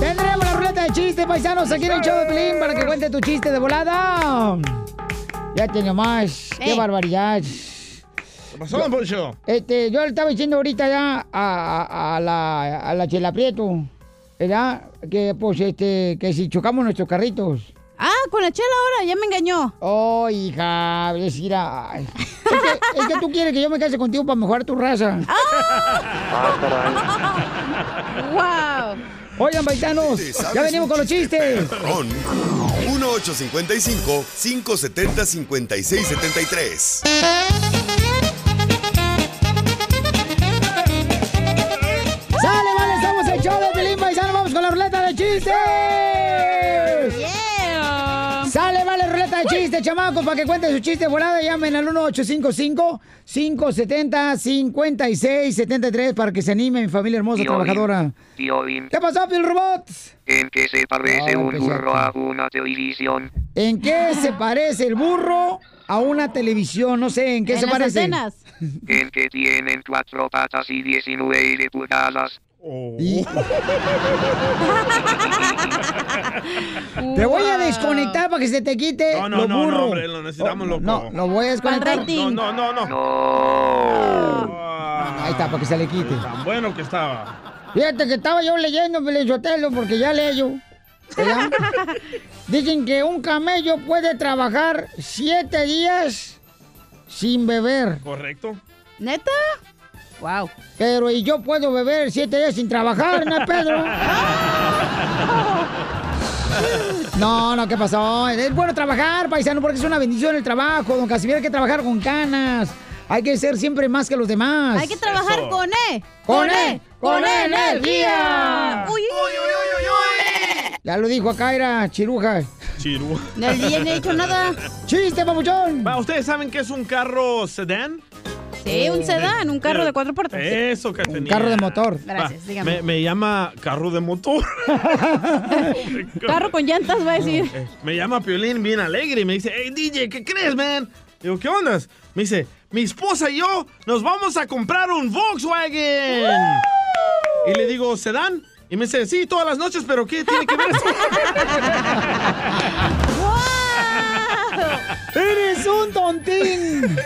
Tendremos la ruleta de chistes, paisanos, aquí en el show de Pelín para que cuente tu chiste de volada. Ya tiene más. Qué Ey. barbaridad. ¿Qué pasó, don Poncho? Este, yo le estaba diciendo ahorita ya a, a- a la, a la Chela Prieto, ¿verdad? Que pues este, que si chocamos nuestros carritos. Ah, con la Chela ahora, ya me engañó. Oh, hija, es ir a- ay. Es que, es que tú quieres que yo me case contigo para mejorar tu raza. Ah, ¡Wow! Oigan, paisanos, ya venimos con los chistes. Ron 1855 570 5673. ¡Sale, vale! ¡Estamos en show de Pelín Paisano! ¡Vamos con la ruleta de chistes! ¡Sale, vale, ruleta de chistes, chamacos! Para que cuenten su chiste volada, llamen al 1-855-570-5673 para que se anime mi familia hermosa Piolín. trabajadora. Piolín, ¿Qué pasó, Piel Robot? en que se parece un burro a una televisión. ¿En qué se parece el burro a una televisión? No sé, ¿en qué se parece? En que tienen cuatro patas y 19 pulgadas. Te voy a desconectar para que se te quite No, no, lo no, burro. Oh, no, hombre, lo necesitamos, loco. No, lo voy a desconectar. No, no, no, no. Ah. Ahí está, para que se le quite. Tan bueno que estaba. Fíjate que estaba yo leyendo Pelizotelo porque ya leyo. ¿verdad? Dicen que un camello puede trabajar siete días sin beber. ¿Correcto? ¿Neta? Wow. Pero y yo puedo beber siete días sin trabajar, ¿no, Pedro? No, no, ¿qué pasó? Es bueno trabajar, paisano, porque es una bendición el trabajo. Don Casimiro, hay que trabajar con canas. Hay que ser siempre más que los demás. Hay que trabajar con E. Con E, con E energía. Uy, uy, uy, uy, uy. Ya lo dijo acá, era Chiruja. Chiruja. ¡Chiste, papuchón! Va, ¿ustedes saben qué es un carro sedán? Sí, un sedán, un carro de cuatro puertas. Eh. Eso, Cachanilla. Un carro de motor. Gracias, dígame. Me, me llama carro de motor. Carro con llantas, va a decir. Eh, Me llama Piolín bien alegre y me dice, hey DJ, ¿qué crees, man? Digo, ¿qué onda? Me dice, mi esposa y yo nos vamos a comprar un Volkswagen. Y le digo, ¿sedán? Y me dice, sí, todas las noches, pero ¿qué tiene que ver eso? ¡Eres un tontín!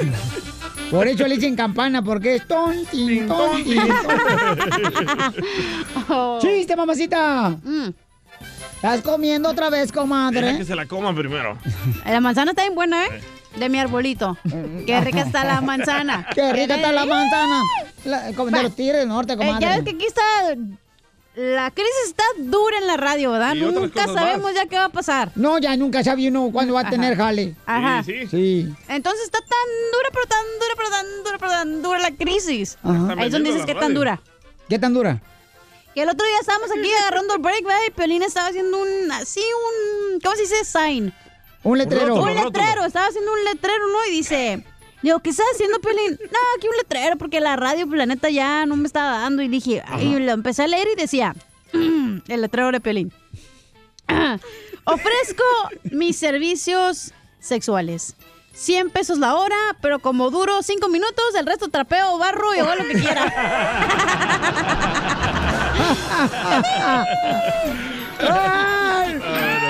Por eso le dicen campana, porque es tontín, tontín, tontín. ¡Chiste, mamacita! Mm. ¿Estás comiendo otra vez, Deja comadre? que se la coman primero. La manzana está bien buena, ¿eh? De mi arbolito. Qué rica está la manzana. Mm. ¡Qué rica está la manzana! La- como de los tigres del norte, Eh, ya comadre. ves que aquí está. La crisis está dura en la radio, ¿verdad? Y otras Nunca cosas más. sabemos ya qué va a pasar. No, ya nunca sabe uno cuándo va a Ajá. tener jale. Ajá. Sí, Entonces está tan dura, pero tan dura, pero tan dura, pero tan dura la crisis. Ajá. Ahí es donde dices que tan dura. ¿Qué tan dura? Que el otro día estábamos aquí agarrando el break, ¿verdad? Y Piolín estaba haciendo un, así un, ¿cómo se dice? Sign. Un letrero. Un, rótulo, rótulo. letrero, estaba haciendo un letrero, ¿no? Y dice, le digo, ¿qué estás haciendo, Piolín? No, aquí un letrero, porque la radio Planeta ya no me estaba dando. Y dije, y lo empecé a leer y decía, el letrero de Piolín. Ofrezco mis servicios sexuales. 100 pesos la hora, pero como duro 5 minutos, el resto trapeo, barro y hago lo que quiera. ¡Ay!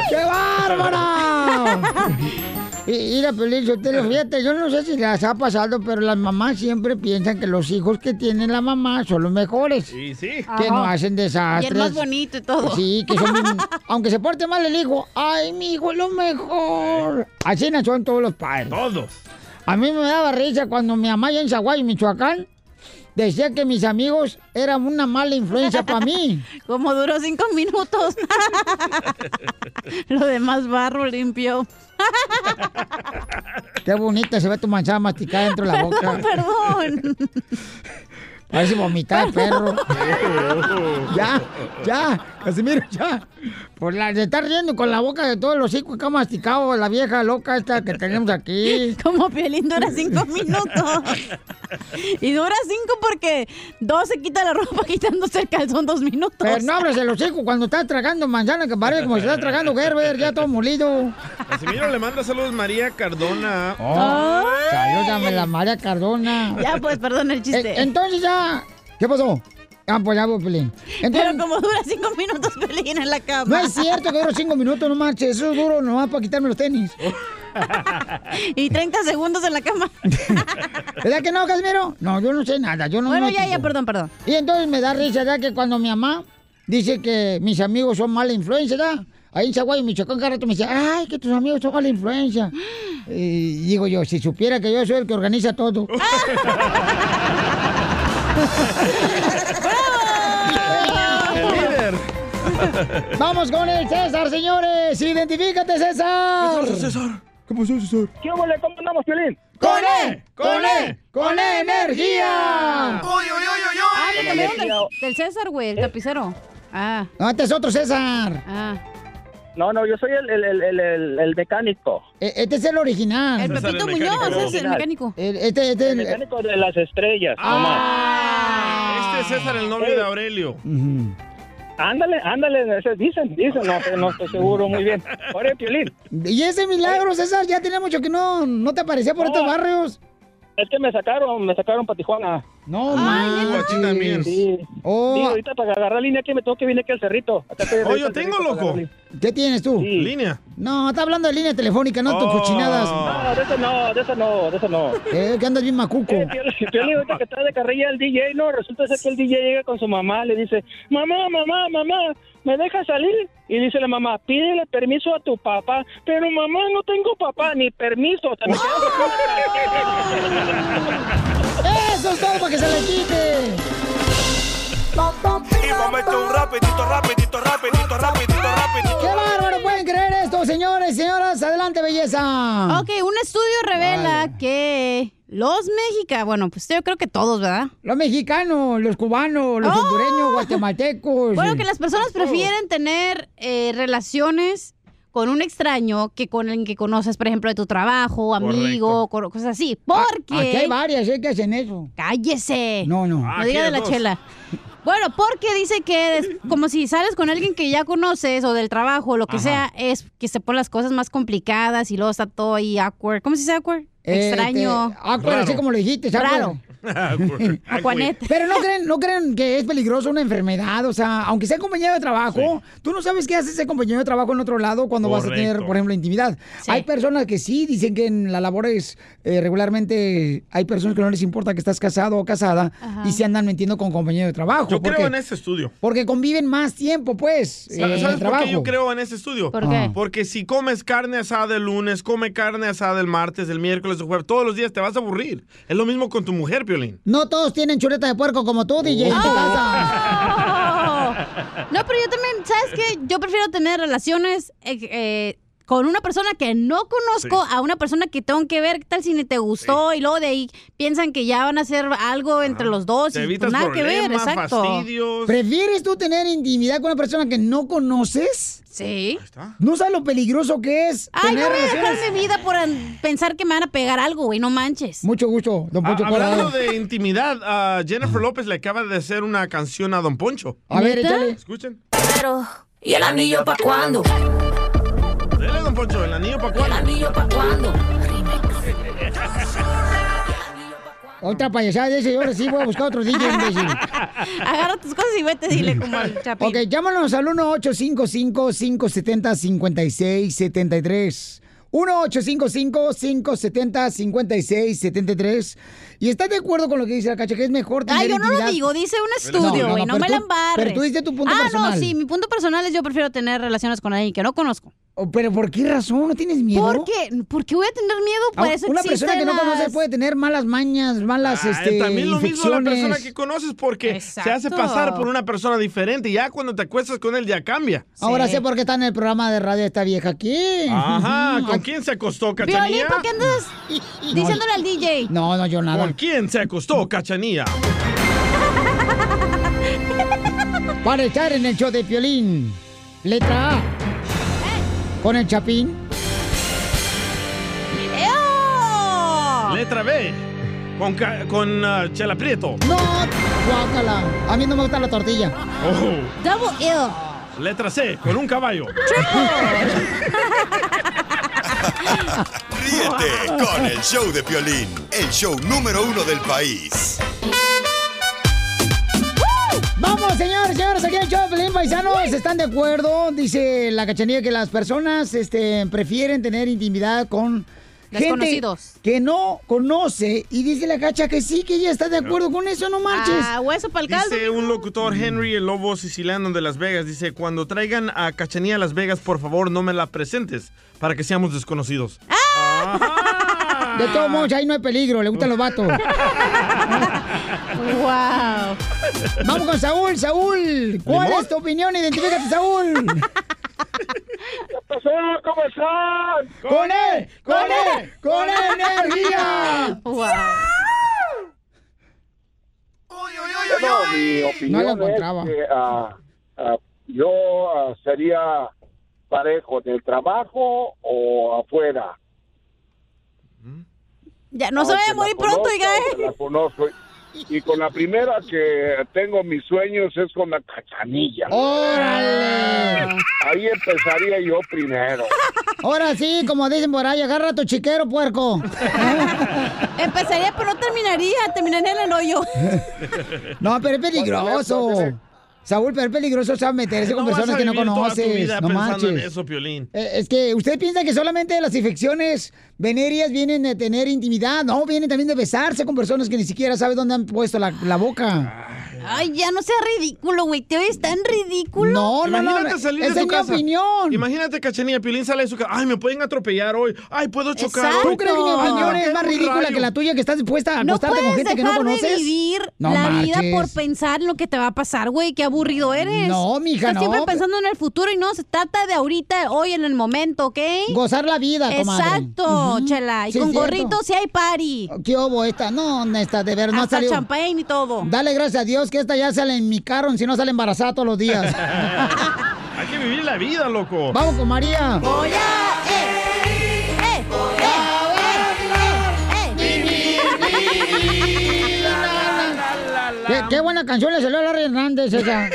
¡Qué bárbara! Y, pues, y la película, te lo fíjate, yo no sé si les ha pasado, pero las mamás siempre piensan que los hijos que tienen la mamá son los mejores. Y sí. Que no hacen Y desastres. el más bonito y todo. Sí, que son bien- Aunque se porte mal el hijo, ¡ay, mi hijo es lo mejor! Así no son todos los padres. Todos. A mí me daba risa cuando mi mamá allá en Zaguay, Michoacán, decía que mis amigos eran una mala influencia para mí. Como duró cinco minutos. Lo demás barro limpio. Qué bonita se ve tu manzana masticada dentro de la boca. Perdón, perdón. Parece vomitar, perro. ya, ya, Casimiro, ya. Por Pues la se está riendo con la boca de todos los hijos que ha masticado la vieja loca esta que tenemos aquí. Como Pielín dura cinco minutos. Y dura cinco porque dos se quita la ropa quitándose el calzón dos minutos. Pero no abres el hocico cuando estás tragando manzana que parece como si estás tragando Gerber, ya todo molido. Casimiro le manda saludos María Cardona. Oh, salúdame la María Cardona. Ya, pues, perdón el chiste. E- entonces ya. ¿Qué pasó? Ah, pues ya voy, Pelín. Pero como dura cinco minutos Pelín en la No cama. es cierto que duro cinco minutos, no marches. Eso es duro nomás para quitarme los tenis. y 30 segundos en la cama. ¿Verdad que no, Casimiro? No, yo no sé nada. Yo no Bueno, no ya, ya, tengo. perdón, perdón. Y entonces me da risa, ¿verdad? Que cuando mi mamá dice que mis amigos son mala influencia, ¿verdad? Ahí en Chihuahua y Michoacán, cada rato me dice, ay, que tus amigos son mala influencia. Y digo yo, si supiera que yo soy el que organiza todo. El líder. Vamos con el César, señores. Identifícate, César. ¿Qué pasó, César? ¿Qué pasó, César? ¿Qué huele? ¿Cómo andamos, Piolín? ¡Con E! ¡Con E! ¡Con E energía! ¡Uy, uy, uy, uy, uy! Ah, lo cambiaron del, del César, güey, el Eh. tapicero. Ah. No, este es otro César. Ah. No, no, yo soy el, el, el, el, el- el mecánico. E- Este es el original. El César, Pepito el mecánico. Muñoz, ese es el mecánico. este, este es El el... mecánico de las estrellas, Eh, Este es César, el novio de Aurelio. nomás. Ándale, ándale, ese- dicen, dicen, no, sé, no estoy seguro muy bien. Oye, Piolín, Y ese milagro, César, ya tenía mucho que no, no te aparecía por estos barrios. es que me sacaron, me sacaron para Tijuana. Ah, No, Aquí también. Sí. Oh. Sí, ahorita para agarrar línea que me tengo que venir aquí al cerrito. Acá estoy Oh, arriba yo al tengo, cerrito para loco. agarrar línea. ¿Qué tienes tú? Sí. Línea. No, está hablando de línea telefónica, no tus Oh. cochinadas. No, de eso no, de eso no, de eso no. Eh, que andas bien macuco. Eh, Piolín, Piolín, ahorita que está de carrilla el DJ, no, resulta ser que el DJ llega con su mamá, le dice, mamá, mamá, mamá, ¿me dejas salir? Y dice la mamá, pídele permiso a tu papá, pero mamá, no tengo papá, ni permiso. te me quedas aquí". ¡Eso es todo para que se le quite! Y vamos a meter un rapidito, rapidito, rapidito, rapidito, rapidito. ¡Qué bárbaro! ¿Pueden creer esto, señores y señoras? Adelante, belleza. Ok, un estudio revela que los mexicanos, bueno, pues yo creo que todos, ¿verdad? Los mexicanos, los cubanos, los ¡Oh! hondureños, guatemaltecos. eh, Bueno, que las personas Todos. prefieren tener eh, relaciones con un extraño que con el que conoces, por ejemplo, de tu trabajo, amigo, co- cosas así. Porque... Ah, Aquí hay varias, ¿eh? Que hacen eso. ¡Cállese! No, no. no diga de la chela. Bueno, porque dice que es como si sales con alguien que ya conoces o del trabajo o lo que Ajá. sea, es que se ponen las cosas más complicadas y luego está todo ahí awkward. ¿Cómo se dice awkward? Eh, Extraño. este, awkward, así Raro. como lo dijiste, awkward. Raro. Aquanet. Pero no creen, no creen que es peligroso una enfermedad, o sea, aunque sea compañero de trabajo, tú no sabes qué hace ese compañero de trabajo en otro lado cuando vas a tener, Correcto. por ejemplo, intimidad. Hay personas que sí dicen que en las labores eh, regularmente hay personas que no les importa que estás casado o casada Ajá. y se andan mintiendo con compañero de trabajo. Yo creo porque- en este estudio. Porque conviven más tiempo, pues, eh, ¿Sabes en el por trabajo. qué yo creo en ese estudio? Mm. ¿Por qué? Porque si comes carne asada el lunes, come carne asada el martes, el miércoles, el jueves, todos los días te vas a aburrir. Es lo mismo con tu mujer, Piolín. No todos tienen chuleta de puerco como tú, DJ, en tu Oh. casa. No, pero yo también, ¿sabes qué? Yo prefiero tener relaciones eh, eh, con una persona que no conozco a una persona que tengo que ver qué tal si ni te gustó y luego de ahí piensan que ya van a hacer algo entre los dos Te y evitas pues, nada que ver, problemas, exacto. fastidios. ¿Prefieres tú tener intimidad con una persona que no conoces? Sí. ¿No sabes lo peligroso que es Ay, no tener voy a relaciones? dejar mi vida por an- pensar que me van a pegar algo, güey, no manches. Mucho gusto, don Ah, Poncho hablando Corrado. de intimidad, a Jennifer López le acaba de hacer una canción a Don Poncho. A ver, ¿Neta? échale. Escuchen. ¿Y el anillo pa' cuándo? Dele, Don Poncho, el anillo para cuándo. anillo pa' cuándo? Otra payasada de ese, ahora sí voy a buscar otro DJ, imbécil. Agarra tus cosas y vete, dile como al chapín. Ok, llámanos al 1-855-570-5673. 1-855-570-5673. ¿Y estás de acuerdo con lo que dice la cacha? Que es mejor tener Ay, yo no lo intimidad? digo, dice un estudio, güey, no, pero me tú- la embarres. Pero tú diste tu punto ah, personal. no, sí, mi punto personal es yo prefiero tener relaciones con alguien que no conozco. Oh, ¿Pero por qué razón? ¿No tienes miedo? ¿Por qué? ¿Por qué voy a tener miedo? Por Ah, eso Una existen persona que no las- conoce puede tener malas mañas, malas Ah, este, también lo mismo la persona infecciones. que conoces porque se hace Exacto. pasar por una persona diferente y ya cuando te acuestas con él ya cambia. Ahora sé por qué Mm. está en el programa de radio esta vieja aquí. Ajá, ¿con quién se acostó Violín, Cachanía? ¿por qué andas diciéndole al DJ? No, no, yo nada. ¿Con quién se acostó Cachanía? Para estar en el show de Piolín. Letra A. Con el Chapín. Eh. Letra B. Con, ca- con ah, Chela Prieto. No, guácala. A mí no me gusta la tortilla. Oh. Double ill. Letra C. Con un caballo. Ríete con el show de Piolín, el show número uno del país. Vamos, señores, señores, aquí en el show de Pelín, paisanos, ¿están de acuerdo? Dice la cachanilla que las personas este, prefieren tener intimidad con gente Desconocidos. que no conoce. Y dice la cacha que sí, que ella está de acuerdo con eso, no marches. Ah, hueso para el caldo. Dice un locutor Henry el Lobo Siciliano de Las Vegas. Dice, cuando traigan a Cachanía a Las Vegas, por favor, no me la presentes para que seamos desconocidos. De todos modos, ahí no hay peligro, le gustan los vatos. wow. Vamos con Saúl, Saúl. ¿Cuál ¿Limón? es tu opinión? Identifícate, Saúl. ¿Cómo están? ¡Con él! ¡Con él! ¡Con él, energía! No, mi opinión No no lo encontraba. es que ah, ah, yo ah, sería parejo en el trabajo o afuera. Ya, Oh. no se vaya a morir pronto, oiga, eh. La conozco. Y con la primera que tengo mis sueños es con la cachanilla. Ah. ¡Órale! Ahí empezaría yo primero. Ahora sí, como dicen por ahí, agarra tu chiquero, puerco. Empezaría, pero no terminaría. Terminaría en el hoyo. No, pero es peligroso. Saúl, pero es peligroso, o sea, meterse con vas personas a que no vivir toda tu conoces. vida No pensando en marches. eso, Piolín. Eh, Es que usted piensa que solamente las infecciones venerias vienen de tener intimidad, no, vienen también de besarse con personas que ni siquiera sabe dónde han puesto la, la boca. Ay, ya no sea ridículo, güey. Te oyes tan ridículo. Imagínate salir de tu casa. Imagínate, Cachanía, Piolín sale de su casa. Ay, me pueden atropellar hoy. Ay, puedo chocar hoy. ¿Tú crees que mi Ay, opinión me es más cae un ridícula rayo. que la tuya que estás dispuesta a No acostarte puedes con gente dejar que no de conoces? vivir No la vida marches. por pensar en lo que te va a pasar, güey. Qué aburrido eres. No, mija, Estás siempre no. pensando en el futuro y no, se trata de ahorita, hoy, en el momento, ¿ok? Gozar la vida, comadre. Exacto, Ujú. chela. Y Sí, con es cierto. Oh, gorritos sí hay party. ¿Qué hubo esta? No, esta, de verdad, no ha Hasta salido. champagne y todo. Dale gracias a Dios que esta ya sale en mi carro, si no sale embarazada todos los días. Hay que vivir la vida, loco. Vamos con María. Voy eh, eh, Qué, qué buena canción le salió a Larry Hernández esa.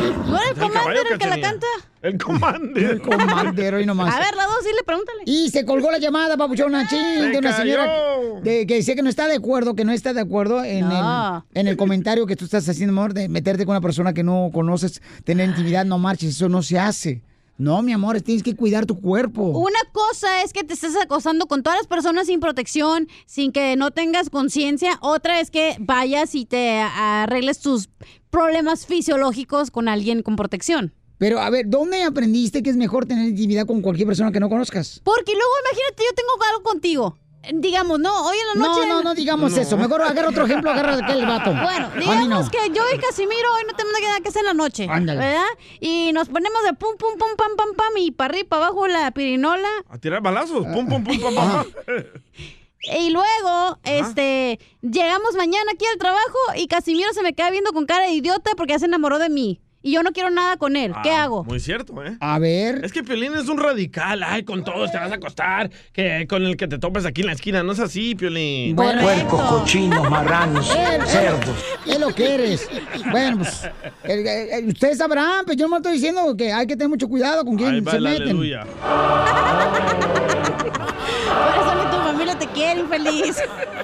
¿No era el commander el que la canta? El comandero. El comandero y nomás. A ver, la dos, sí, le pregúntale. ¡Eh! Y se colgó la llamada, papuchona, Se ching, de una señora cayó. de- que dice que no está de acuerdo, que no está de acuerdo en, No. el, en el comentario que tú estás haciendo, amor, de meterte con una persona que no conoces, tener intimidad, no marches, eso no se hace. No, mi amor, tienes que cuidar tu cuerpo. Una cosa es que te estés acosando con todas las personas sin protección, sin que no tengas conciencia. Otra es que vayas y te arregles tus problemas fisiológicos con alguien con protección. Pero a ver, ¿dónde aprendiste que es mejor tener intimidad con cualquier persona que no conozcas? Porque luego imagínate, yo tengo algo contigo. Eh, Digamos, no, hoy en la No, noche. no, no digamos eso. Mejor agarra otro ejemplo, agarra de aquel vato. Bueno, A mí digamos no. que yo y Casimiro hoy no tenemos nada que hacer en la noche. Ándale. ¿Verdad? Y nos ponemos de pum, pum, pum, pam, pam, pam, y para arriba, para abajo la pirinola. A tirar balazos. Ah. Pum, pum, pum, pam, pam. Y luego, este, llegamos mañana aquí al trabajo y Casimiro se me queda viendo con cara de idiota porque ya se enamoró de mí. Y yo no quiero nada con él. ¿Qué Ah, hago? Muy cierto, ¿eh? A ver. Es que Piolín es un radical. Ay, con todos te vas a acostar. Que con el que te topes aquí en la esquina. No es así, Piolín. Puercos, cochinos, marranos, ¿Qué lo que eres? Bueno, pues, el- el- el- ustedes sabrán, pero yo no me estoy diciendo que hay que tener mucho cuidado con quién Ahí va se el meten. aleluya. Por eso ni tu familia te quiere, infeliz.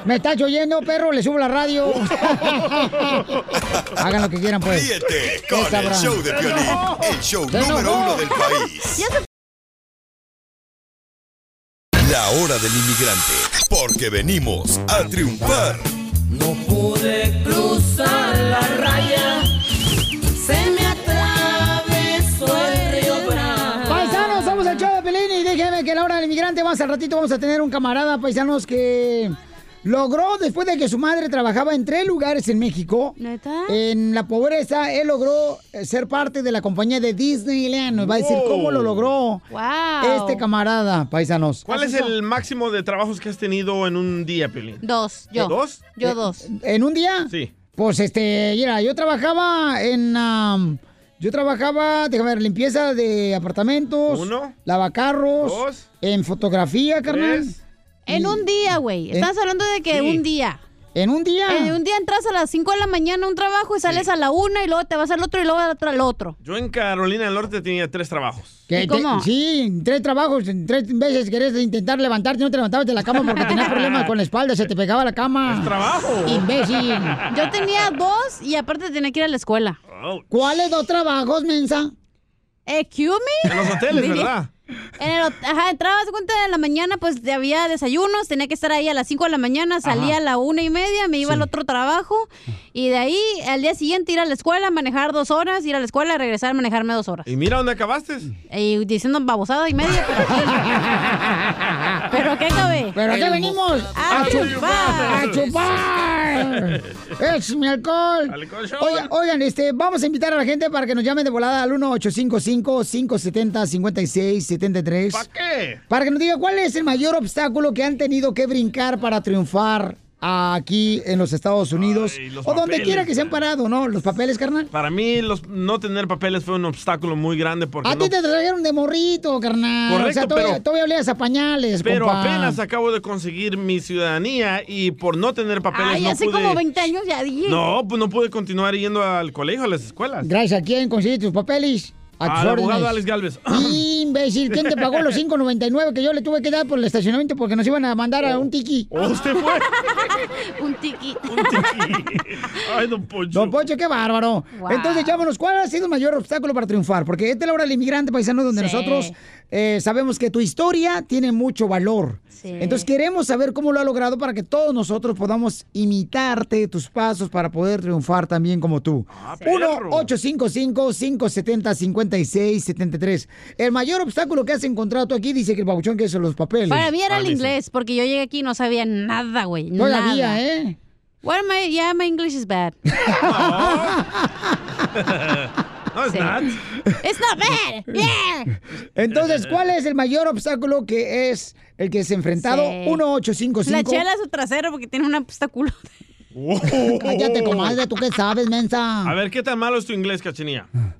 Me estás oyendo, perro, le subo la radio. Hagan lo que quieran, pues. Ríete ¿Qué con el sabrán? show de Piolín, el show Se número enojó. uno del país. La hora del inmigrante, porque venimos a triunfar. No pude cruzar la raya. Se me atravesó el río Paisanos, somos el show de Pelín y déjenme que a la hora del inmigrante más al ratito vamos a tener un camarada, paisanos, que logró, después de que su madre trabajaba en tres lugares en México, en la pobreza, él logró eh, ser parte de la compañía de Disneyland. Nos va a decir Wow. cómo lo logró Wow. este camarada, paisanos. ¿Cuál es el máximo de trabajos que has tenido en un día, Piolín? Dos, yo. ¿Dos? Eh, Yo dos. Eh, ¿En un día? Sí. Pues este, mira, yo trabajaba en. am, yo trabajaba, déjame ver, limpieza de apartamentos. Uno. Lavacarros. Dos. En fotografía, carnal. En un día, güey. Estás hablando de Sí. que un día. En un día. En un día entras a las 5 de la mañana a un trabajo y sales a la 1 y luego te vas al otro y luego al otro. Al otro. Yo en Carolina del Norte tenía tres trabajos. Que te- sí, en tres trabajos, en tres veces querés intentar levantarte, no te levantabas de la cama porque tenías problemas con la espalda, se te pegaba la cama. trabajo. Imbécil. Yo tenía dos y aparte tenía que ir a la escuela. ¿Cuáles dos trabajos, mensa? ¿Excuse me? En los hoteles, Diría- ¿verdad? En el hot- ajá, entrabas cuenta de la mañana, pues te había desayunos, tenía que estar ahí a las 5 de la mañana, salía Ajá. a la una y media, me iba al otro trabajo y de ahí al día siguiente ir a la escuela, manejar dos horas, ir a la escuela, regresar, manejarme dos horas. Y mira dónde acabaste. Y diciendo babosada y media, pero ¿Pero qué acabé? ¿Pero a qué venimos? ¡A chupar! ¡A chupar! ¡Es mi alcohol! Alcohol show. Oigan, oigan, este, vamos a invitar a la gente para que nos llamen de volada al 1-855-570-5673. ¿Para qué? Para que nos diga cuál es el mayor obstáculo que han tenido que brincar para triunfar aquí en los Estados Unidos. los o donde papeles, quiera que se han parado, ¿no? Los papeles, carnal. Para mí, los, no tener papeles fue un obstáculo muy grande porque A ti no- te trajeron de morrito, carnal. o sea, Correcto, todavía, pero- todavía olías a pañales, Pero compa. apenas acabo de conseguir mi ciudadanía y por no tener papeles Ay, no hace pude... como 20 años ya dije. No, pues no pude continuar yendo al colegio, a las escuelas. Gracias a quién conseguiste tus papeles. A tus Al abogado órdenes. Alex Galvez. Imbécil, ¿quién te pagó los 5.99 que yo le tuve que dar por el estacionamiento porque nos iban a mandar a un tiki? Oh. usted fue? un tiki. Ay, don Poncho. Don Poncho, qué bárbaro. Wow. Entonces, llámanos, ¿cuál ha sido el mayor obstáculo para triunfar? Porque esta es la hora del inmigrante paisano donde Sí. nosotros eh, sabemos que tu historia tiene mucho valor. Entonces, queremos saber cómo lo ha logrado para que todos nosotros podamos imitarte tus pasos para poder triunfar también como tú. Ah, 1-855-570-5673. El mayor obstáculo que has encontrado tú aquí dice que el babuchón que son los papeles. Para mí era Ah, el inglés, porque yo llegué aquí y no sabía nada, güey. Todavía, nada. ¿eh? Well, my, yeah, my English is bad. no es Sí. nada. It's not bad. Yeah. Entonces, ¿cuál es el mayor obstáculo que es el que se ha enfrentado? Sí. 1855. La chela es su trasero porque tiene un obstáculo. Cállate, comadre, ¿tú qué sabes, mensa? A ver, ¿qué tan malo es tu inglés, cachenía?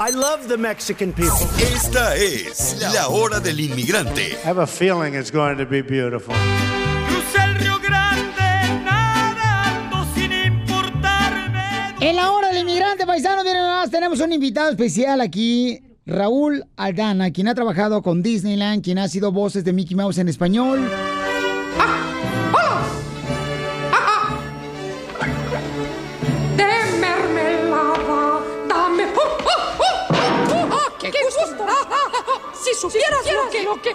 I love the Mexican people. Esta es la hora del inmigrante. I have a feeling it's going to be beautiful. Crucé el Río Grande nadando sin importarme. En la hora del inmigrante paisano, miren más, tenemos un invitado especial aquí, Raúl Aldana, quien ha trabajado con Disneyland, quien ha sido voces de Mickey Mouse en español. De mermelada, dame. ¡Oh, oh, oh! ¡Oh, oh! qué gusto! ah! Si supieras lo que... Lo que...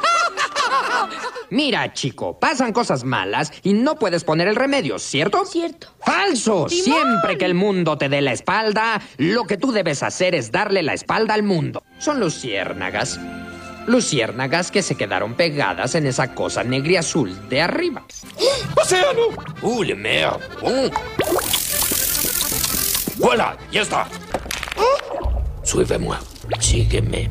Mira, chico, pasan cosas malas y no puedes poner el remedio, ¿cierto? Cierto. Falso. ¡Timón! Siempre que el mundo te dé la espalda, lo que tú debes hacer es darle la espalda al mundo. Son luciérnagas. Luciérnagas que se quedaron pegadas en esa cosa negra y azul de arriba. Mm. ¡Océano! ¡Uh, le merde! Voilà, ya está. Suíveme, sígueme.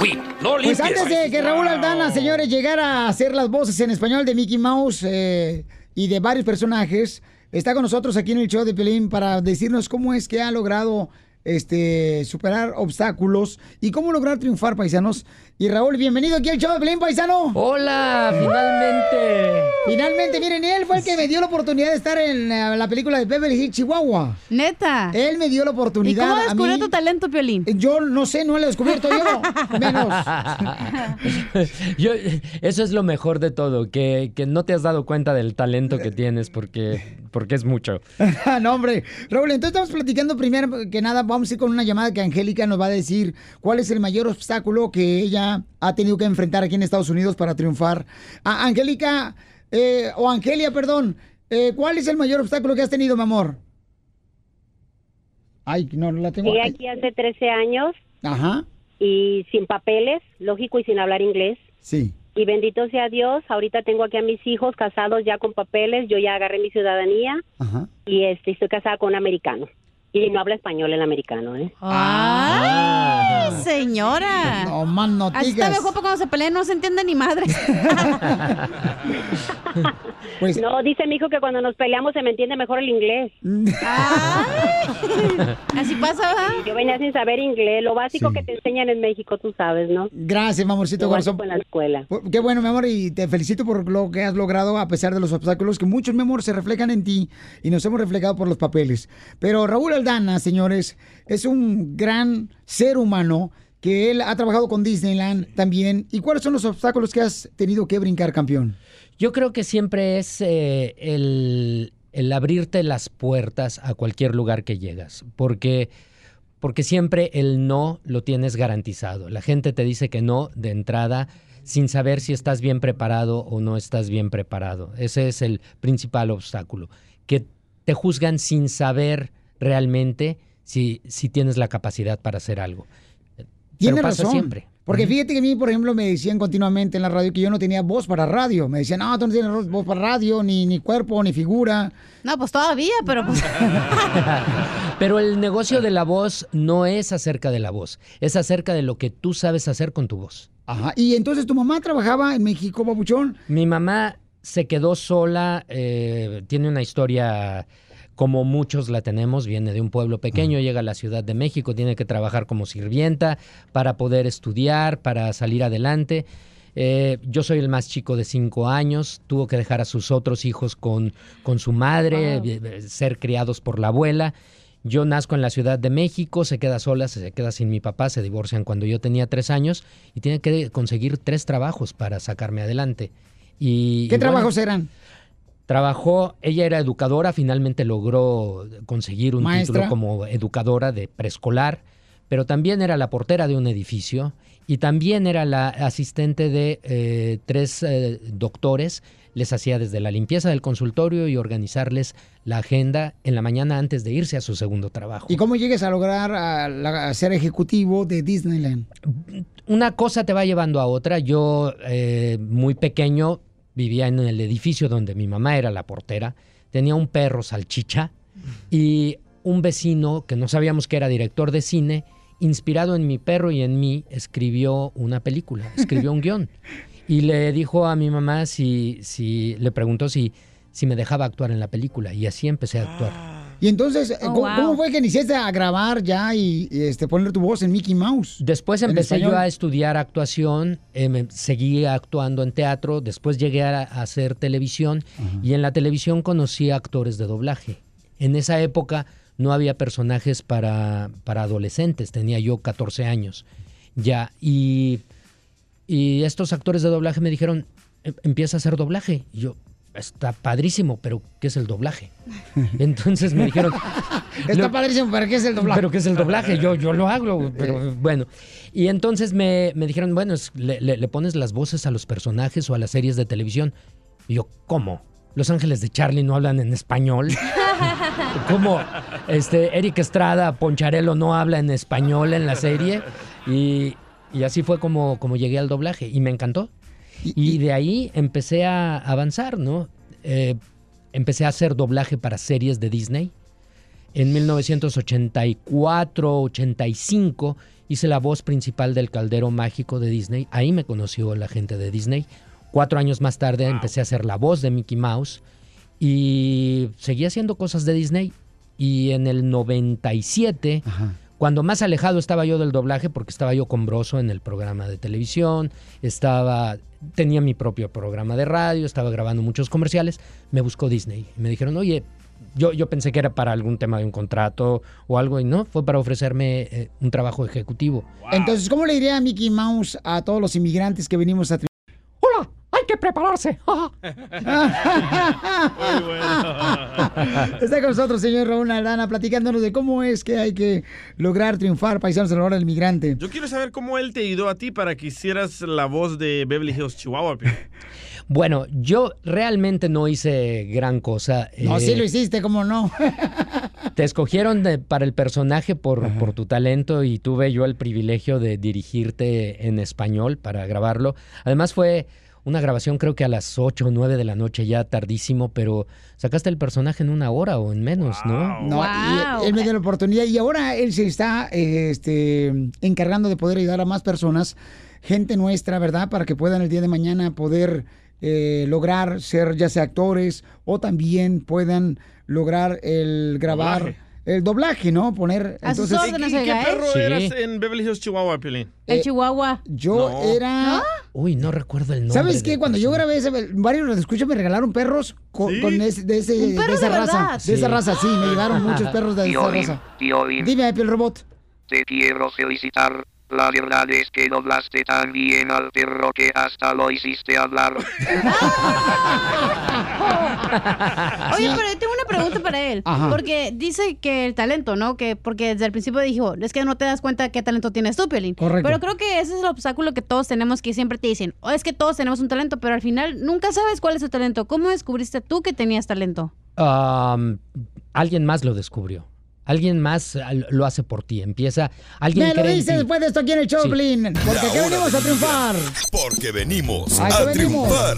Uy, no Pues limpies. antes de que Raúl Aldana, señores, llegara a hacer las voces en español de Mickey Mouse eh, y de varios personajes, está con nosotros aquí en el show de Pelín para decirnos cómo es que ha logrado este, superar obstáculos y cómo lograr triunfar, paisanos. Y Raúl, bienvenido aquí al show de Pelín, paisano. Hola, finalmente. Finalmente, miren, él fue el que me dio la oportunidad de estar en eh, la película de Beverly Hills Chihuahua. Neta. Él me dio la oportunidad. ¿Y cómo descubrió tu talento, Piolín? Yo no sé, no lo he descubierto yo. Menos. Yo, eso es lo mejor de todo, que, que no te has dado cuenta del talento que tienes porque, porque es mucho. Ah, no, hombre. Raúl, entonces estamos platicando primero que nada, vamos a ir con una llamada que Angélica nos va a decir cuál es el mayor obstáculo que ella ha tenido que enfrentar aquí en Estados Unidos para triunfar. Ah, Angélica, eh, o Angelia, perdón, eh, ¿cuál es el mayor obstáculo que has tenido, mi amor? Ay, no, no la tengo. Llegué aquí hace 13 años Ajá. y sin papeles, lógico, y sin hablar inglés. Sí. Y bendito sea Dios, ahorita tengo aquí a mis hijos casados ya con papeles, yo ya agarré mi ciudadanía Ajá. y este, estoy casada con un americano. Y no habla español el americano, ¿eh? Ah. ¡Ay, señora! No más Así está mejor porque cuando se peleen no se entiende ni madre. no, dice mi hijo que cuando nos peleamos se me entiende mejor el inglés. Ah, Así pasa, Yo venía sin saber inglés, lo básico que te enseñan en México, tú sabes, ¿no? Gracias, mamorcito Lo corazón. básico en la escuela. Pu- Qué bueno, mi amor, y te felicito por lo que has logrado a pesar de los obstáculos que muchos, mi amor, se reflejan en ti y nos hemos reflejado por los papeles. Pero Raúl Aldana, señores, es un gran ser humano que él ha trabajado con Disneyland también. ¿Y cuáles son los obstáculos que has tenido que brincar, campeón? Yo creo que siempre es eh, el, el abrirte las puertas a cualquier lugar que llegas, porque, porque siempre el no lo tienes garantizado. La gente te dice que no de entrada sin saber si estás bien preparado o no estás bien preparado. Ese es el principal obstáculo, que te juzgan sin saber realmente si, si tienes la capacidad para hacer algo. Tiene Pero pasa razón. siempre. Porque fíjate que a mí, por ejemplo, me decían continuamente en la radio que yo no tenía voz para radio. Me decían, no, tú no tienes voz para radio, ni, ni cuerpo, ni figura. No, pues todavía, pero pues... Pero el negocio de la voz no es acerca de la voz, es acerca de lo que tú sabes hacer con tu voz. Ajá. Y entonces tu mamá trabajaba en México, babuchón. Mi mamá se quedó sola, eh, tiene una historia como muchos la tenemos, viene de un pueblo pequeño, llega a la Ciudad de México, tiene que trabajar como sirvienta para poder estudiar, para salir adelante. Eh, yo soy el más chico de cinco años, tuvo que dejar a sus otros hijos con, con su madre, Wow. eh, eh, ser criados por la abuela. Yo nazco en la Ciudad de México, se queda sola, se queda sin mi papá, se divorcian cuando yo tenía tres años y tiene que conseguir tres trabajos para sacarme adelante. Y, ¿Qué y bueno, trabajos eran? Trabajó, ella era educadora, finalmente logró conseguir un Maestra. título como educadora de preescolar, pero también era la portera de un edificio y también era la asistente de eh, tres eh, doctores. Les hacía desde la limpieza del consultorio y organizarles la agenda en la mañana antes de irse a su segundo trabajo. ¿Y cómo llegues a lograr a, la- a ser ejecutivo de Disneyland? una cosa te va llevando a otra. Yo, eh, muy pequeño, vivía en el edificio donde mi mamá era la portera. Tenía un perro salchicha y un vecino que no sabíamos que era director de cine, inspirado en mi perro y en mí, escribió una película, escribió un guión. Y le dijo a mi mamá si, si le preguntó si, si me dejaba actuar en la película. Y así empecé a actuar. Y entonces, eh, Oh, ¿cómo, wow. cómo fue que iniciaste a grabar ya y, y, este, poner tu voz en Mickey Mouse? Después empecé yo a estudiar actuación, eh, me- seguí actuando en teatro, después llegué a, a hacer televisión y en la televisión conocí a actores de doblaje. En esa época no había personajes para, para adolescentes, tenía yo 14 años ya. Y, y estos actores de doblaje me dijeron, "Em- empieza a hacer doblaje. Y yo, está padrísimo, pero ¿qué es el doblaje? Entonces Pues me dijeron... Está "Lo- padrísimo, pero ¿qué es el doblaje? pero que es el doblaje, yo, yo lo hago, pero bueno. Y entonces me, me dijeron, bueno, es- le, le- le pones las voces a los personajes o a las series de televisión. Y yo, ¿cómo? Los Ángeles de Charlie no hablan en español. ¿Cómo? Este, Eric Estrada, Poncharelo no habla en español en la serie. Y, y así fue como, como llegué al doblaje y me encantó. Y de ahí empecé a avanzar, ¿no? Eh, empecé a hacer doblaje para series de Disney. En 1984-85 hice la voz principal del Caldero Mágico de Disney. Ahí me conoció la gente de Disney. Cuatro años más tarde empecé a hacer la voz de Mickey Mouse y seguí haciendo cosas de Disney. Y en el 97, cuando más alejado estaba yo del doblaje, porque estaba yo con Broso en el programa de televisión, estaba, tenía mi propio programa de radio, estaba grabando muchos comerciales, me buscó Disney. Y me dijeron, oye, yo, yo pensé que era para algún tema de un contrato o algo, y no, fue para ofrecerme eh, un trabajo ejecutivo. Entonces, ¿cómo le diría a Mickey Mouse a todos los inmigrantes que venimos a... tri- ¡Hola! ¡Hay que prepararse! Está con nosotros, señor Raúl Aldana, platicándonos de cómo es que hay que lograr triunfar, paisanos, en la hora del migrante. Yo quiero saber cómo él te ayudó a ti para que hicieras la voz de Beverly Hills Chihuahua. Pio. Bueno, yo realmente no hice gran cosa. No, eh, sí lo hiciste, ¿cómo no? Te escogieron de- para el personaje por, por tu talento y tuve yo el privilegio de dirigirte en español para grabarlo. Además fue una grabación creo que a las 8 o 9 de la noche, ya tardísimo, pero sacaste el personaje en una hora o en menos, ¿no? No, y él me dio la oportunidad y ahora él se está eh, este, encargando de poder ayudar a más personas, gente nuestra, ¿verdad? Para que puedan el día de mañana poder eh, lograr ser ya sea actores o también puedan lograr el grabar Doblaje. el doblaje, ¿no? Poner... A sus órdenes, ¿Qué oiga, perro Sí. eras en Beverly Hills, Chihuahua, Piolín? El Chihuahua. Eh, Yo No. era... Uy, no recuerdo el nombre. ¿Sabes de- qué? Cuando yo grabé ese, varios los escuchos me regalaron perros co- con, ese- de, ese- Un perro de esa de raza. verdad. De esa Sí. raza, sí, me llegaron muchos perros de esa Piolín, raza. Eh, Piolín, Dime, Apple Robot. te quiero felicitar. La verdad es que doblaste tan bien al perro que hasta lo hiciste hablar. Oye, pero yo tengo una pregunta para él. Ajá. Porque dice que el talento, ¿no? Que porque desde el principio dijo, es que no te das cuenta qué talento tienes tú, Piolín. Correcto. Pero creo que ese es el obstáculo que todos tenemos, que siempre te dicen, o es que todos tenemos un talento, pero al final nunca sabes cuál es tu talento. ¿Cómo descubriste tú que tenías talento? Am, alguien más lo descubrió. Alguien más al- lo hace por ti. Empieza. Alguien Me lo pues. cree en dice ti. después de esto aquí en el show, Sí. Blin. Porque aquí La hora venimos a del triunfar. Porque venimos ¿A qué a venimos? triunfar.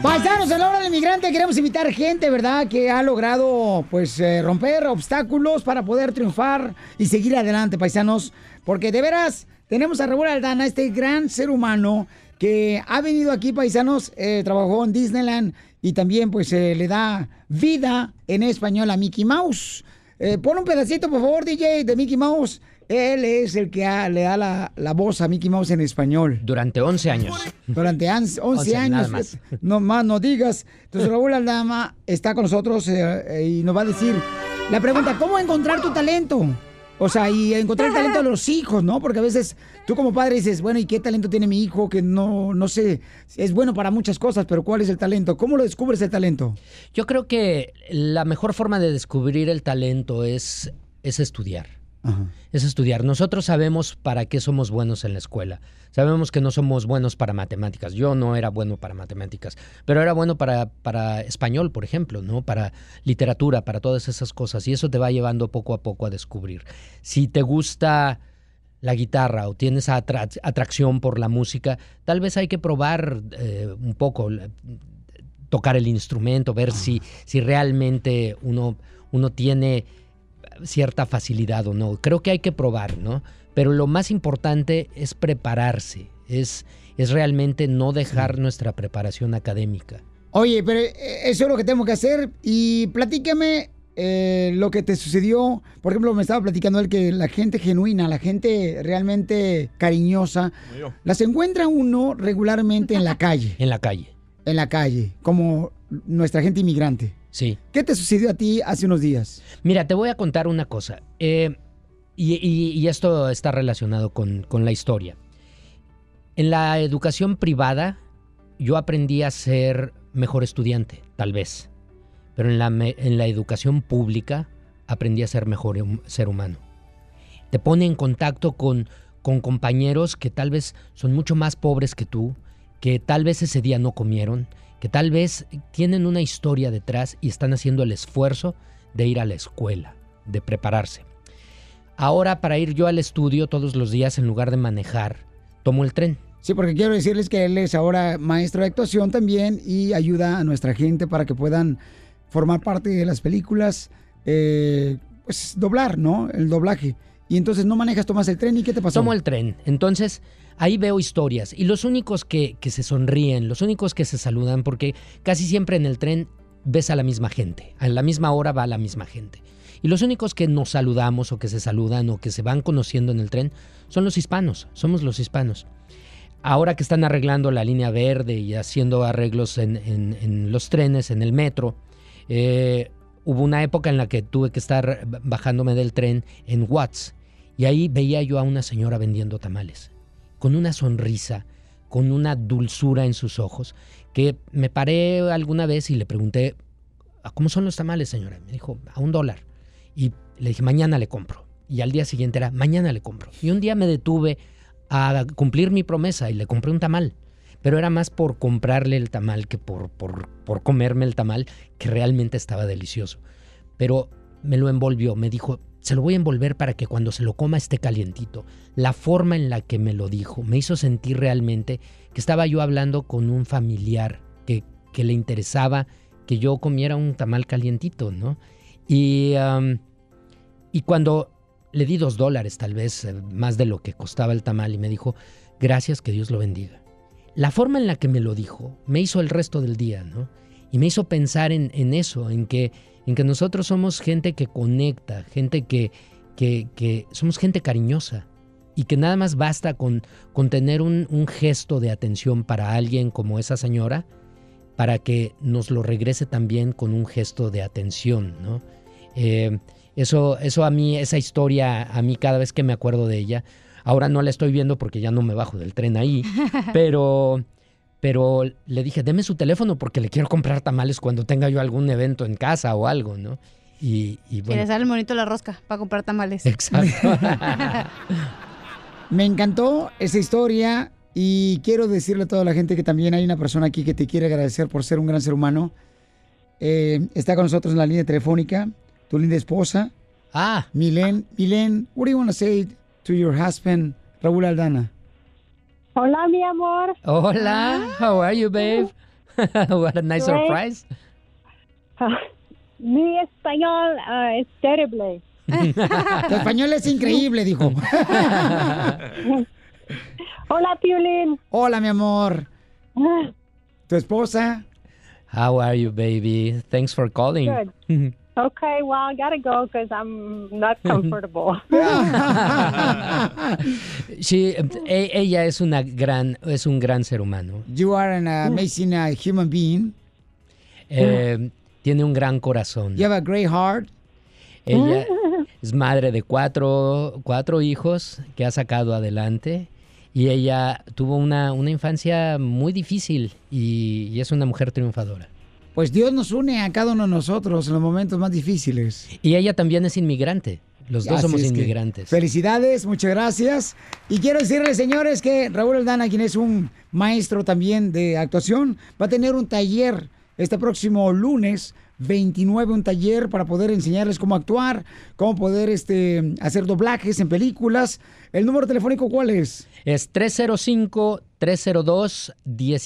Paisanos, en la hora del inmigrante queremos invitar gente, ¿verdad? Que ha logrado, pues, eh, romper obstáculos para poder triunfar y seguir adelante, paisanos. Porque de veras, tenemos a Raúl Aldana, este gran ser humano que ha venido aquí, paisanos, eh, trabajó en Disneyland y también, pues, eh, le da vida en español a Mickey Mouse. Eh, pon un pedacito, por favor, DJ, de Mickey Mouse. Él es el que ha- le da la, la voz a Mickey Mouse en español. Durante 11 años. Durante ans- 11 11, años. nada más. No más no digas. Entonces Raúl Aldama está con nosotros eh, eh, y nos va a decir la pregunta, ¿cómo encontrar tu talento? O sea, y encontrar el talento de los hijos, ¿no? Porque a veces tú como padre dices, bueno, ¿y qué talento tiene mi hijo? Que no, no sé, es bueno para muchas cosas, pero ¿cuál es el talento? ¿Cómo lo descubres el talento? Yo creo que la mejor forma de descubrir el talento es, es estudiar. Es estudiar. Nosotros sabemos para qué somos buenos en la escuela. Sabemos que no somos buenos para matemáticas. Yo no era bueno para matemáticas, pero era bueno para, para español, por ejemplo, ¿no? Para literatura, para todas esas cosas. Y eso te va llevando poco a poco a descubrir. Si te gusta la guitarra o tienes atra- atracción por la música, tal vez hay que probar eh, un poco, la- tocar el instrumento, ver si, si realmente uno, uno tiene cierta facilidad o no. Creo que hay que probar, ¿no? Pero lo más importante es prepararse, es, es realmente no dejar nuestra preparación académica. Oye, pero eh, eso es lo que tengo que hacer. Y platícame eh, lo que te sucedió. Por ejemplo, me estaba platicando él que la gente genuina, la gente realmente cariñosa, las encuentra uno regularmente en la calle. En la calle. En la calle, como nuestra gente inmigrante. Sí. ¿Qué te sucedió a ti hace unos días? Mira, te voy a contar una cosa. eh, y, y- y esto está relacionado con, con la historia. En la educación privada, yo aprendí a ser mejor estudiante, tal vez. Pero en la, me- en la educación pública, aprendí a ser mejor hum- ser humano. Te pone en contacto con, con compañeros que tal vez son mucho más pobres que tú, que tal vez ese día no comieron, que tal vez tienen una historia detrás y están haciendo el esfuerzo de ir a la escuela, de prepararse. Ahora para ir yo al estudio todos los días en lugar de manejar, tomo el tren. Sí, porque quiero decirles que él es ahora maestro de actuación también y ayuda a nuestra gente para que puedan formar parte de las películas, eh, pues doblar, ¿no? El doblaje. Y entonces no manejas, tomas el tren y ¿qué te pasó? Tomo el tren. Entonces, ahí veo historias. Y los únicos que, que se sonríen, los únicos que se saludan, porque casi siempre en el tren ves a la misma gente. A la misma hora va la misma gente. Y los únicos que nos saludamos o que se saludan o que se van conociendo en el tren son los hispanos. Somos los hispanos. Ahora que están arreglando la línea verde y haciendo arreglos en, en- en los trenes, en el metro, eh, hubo una época en la que tuve que estar bajándome del tren en Watts. Y ahí veía yo a una señora vendiendo tamales, con una sonrisa, con una dulzura en sus ojos, que me paré alguna vez y le pregunté, "¿A ¿cómo son los tamales, señora? Me dijo, a un dólar. Y le dije, mañana le compro. Y al día siguiente era, mañana le compro. Y un día me detuve a cumplir mi promesa y le compré un tamal. pero era más por comprarle el tamal que por, por, por comerme el tamal, que realmente estaba delicioso. Pero me lo envolvió, me dijo, se lo voy a envolver para que cuando se lo coma esté calientito. La forma en la que me lo dijo me hizo sentir realmente que estaba yo hablando con un familiar que, que le interesaba que yo comiera un tamal calientito, ¿no? Y, am, y cuando le di dos dólares, tal vez eh, más de lo que costaba el tamal, y me dijo, gracias, que Dios lo bendiga. La forma en la que me lo dijo me hizo el resto del día, ¿no? Y me hizo pensar en, en eso, en que, en que nosotros somos gente que conecta, gente que, que, que somos gente cariñosa y que nada más basta con, con tener un, un gesto de atención para alguien como esa señora para que nos lo regrese también con un gesto de atención, ¿no? Eh, eso, eso a mí, esa historia, a mí cada vez que me acuerdo de ella, ahora no la estoy viendo porque ya no me bajo del tren ahí, pero, pero le dije, deme su teléfono porque le quiero comprar tamales cuando tenga yo algún evento en casa o algo, ¿no? Y, y Quiere bueno, sale el monito de la rosca para comprar tamales. exacto. Me encantó esa historia y quiero decirle a toda la gente que también hay una persona aquí que te quiere agradecer por ser un gran ser humano. Eh, está con nosotros en la línea telefónica, tu linda esposa. Ah. Milen, Milen, what do you want to say to your husband, Raúl Aldana? Hola, mi amor. Hola, how are you, babe? What a nice Great. surprise. Mi español ah, es terrible. Tu español es increíble, dijo. Hola, Piolín. Ah. Hola, mi amor. Tu esposa. How are you, baby? Thanks for calling. Okay, well, I gotta go because I'm not comfortable. Sí, e- ella es una gran, es un gran ser humano. You are an amazing uh, human being. Eh, tiene un gran corazón. You have a great heart. Ella es madre de cuatro, cuatro hijos que ha sacado adelante y ella tuvo una, una infancia muy difícil y, y es una mujer triunfadora. Pues Dios nos une a cada uno de nosotros en los momentos más difíciles. Y ella también es inmigrante. Los dos Así somos es que, inmigrantes. Felicidades, muchas gracias. Y quiero decirles, señores, que Raúl Aldana, quien es un maestro también de actuación, va a tener un taller este próximo lunes 29, un taller para poder enseñarles cómo actuar, cómo poder este, hacer doblajes en películas. ¿El número telefónico cuál es? Es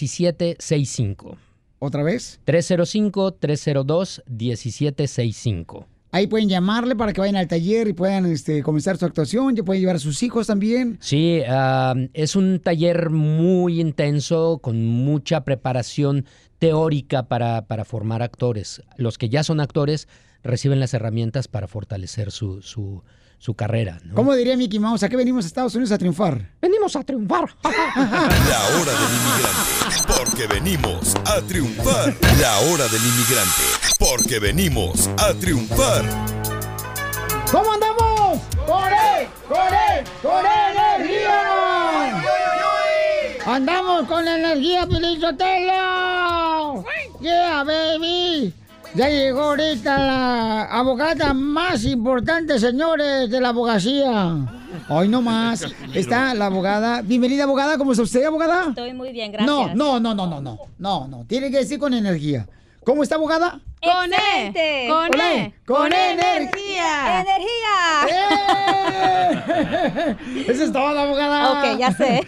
305-302-1765. ¿Otra vez? 305-302-1765. Ahí pueden llamarle para que vayan al taller y puedan este, comenzar su actuación. Ya pueden llevar a sus hijos también. Sí, ah, es un taller muy intenso, con mucha preparación teórica para, para formar actores. Los que ya son actores reciben las herramientas para fortalecer su, su, su carrera. ¿no? ¿Cómo diría Mickey Mouse? ¿A qué venimos a Estados Unidos a triunfar? Venimos a triunfar. La hora del inmigrante, porque venimos a triunfar. La hora del inmigrante, porque venimos a triunfar. ¿Cómo andamos? ¡Corre! ¡Corre! ¡Corre energía! ¡Andamos con la energía, Pelizotelo! ¡Yeah, baby! Ya llegó ahorita la abogada más importante, señores, de la abogacía. Hoy no más. Está la abogada. Bienvenida, abogada. ¿Cómo está usted, abogada? Estoy muy bien, gracias. No, no, no, no, no, no. No, no. Tiene que decir con energía. ¿Cómo está, abogada? ¡Con E, E! con E, con energía. ¡Energía! Eso es todo, abogada. Ok, ya sé.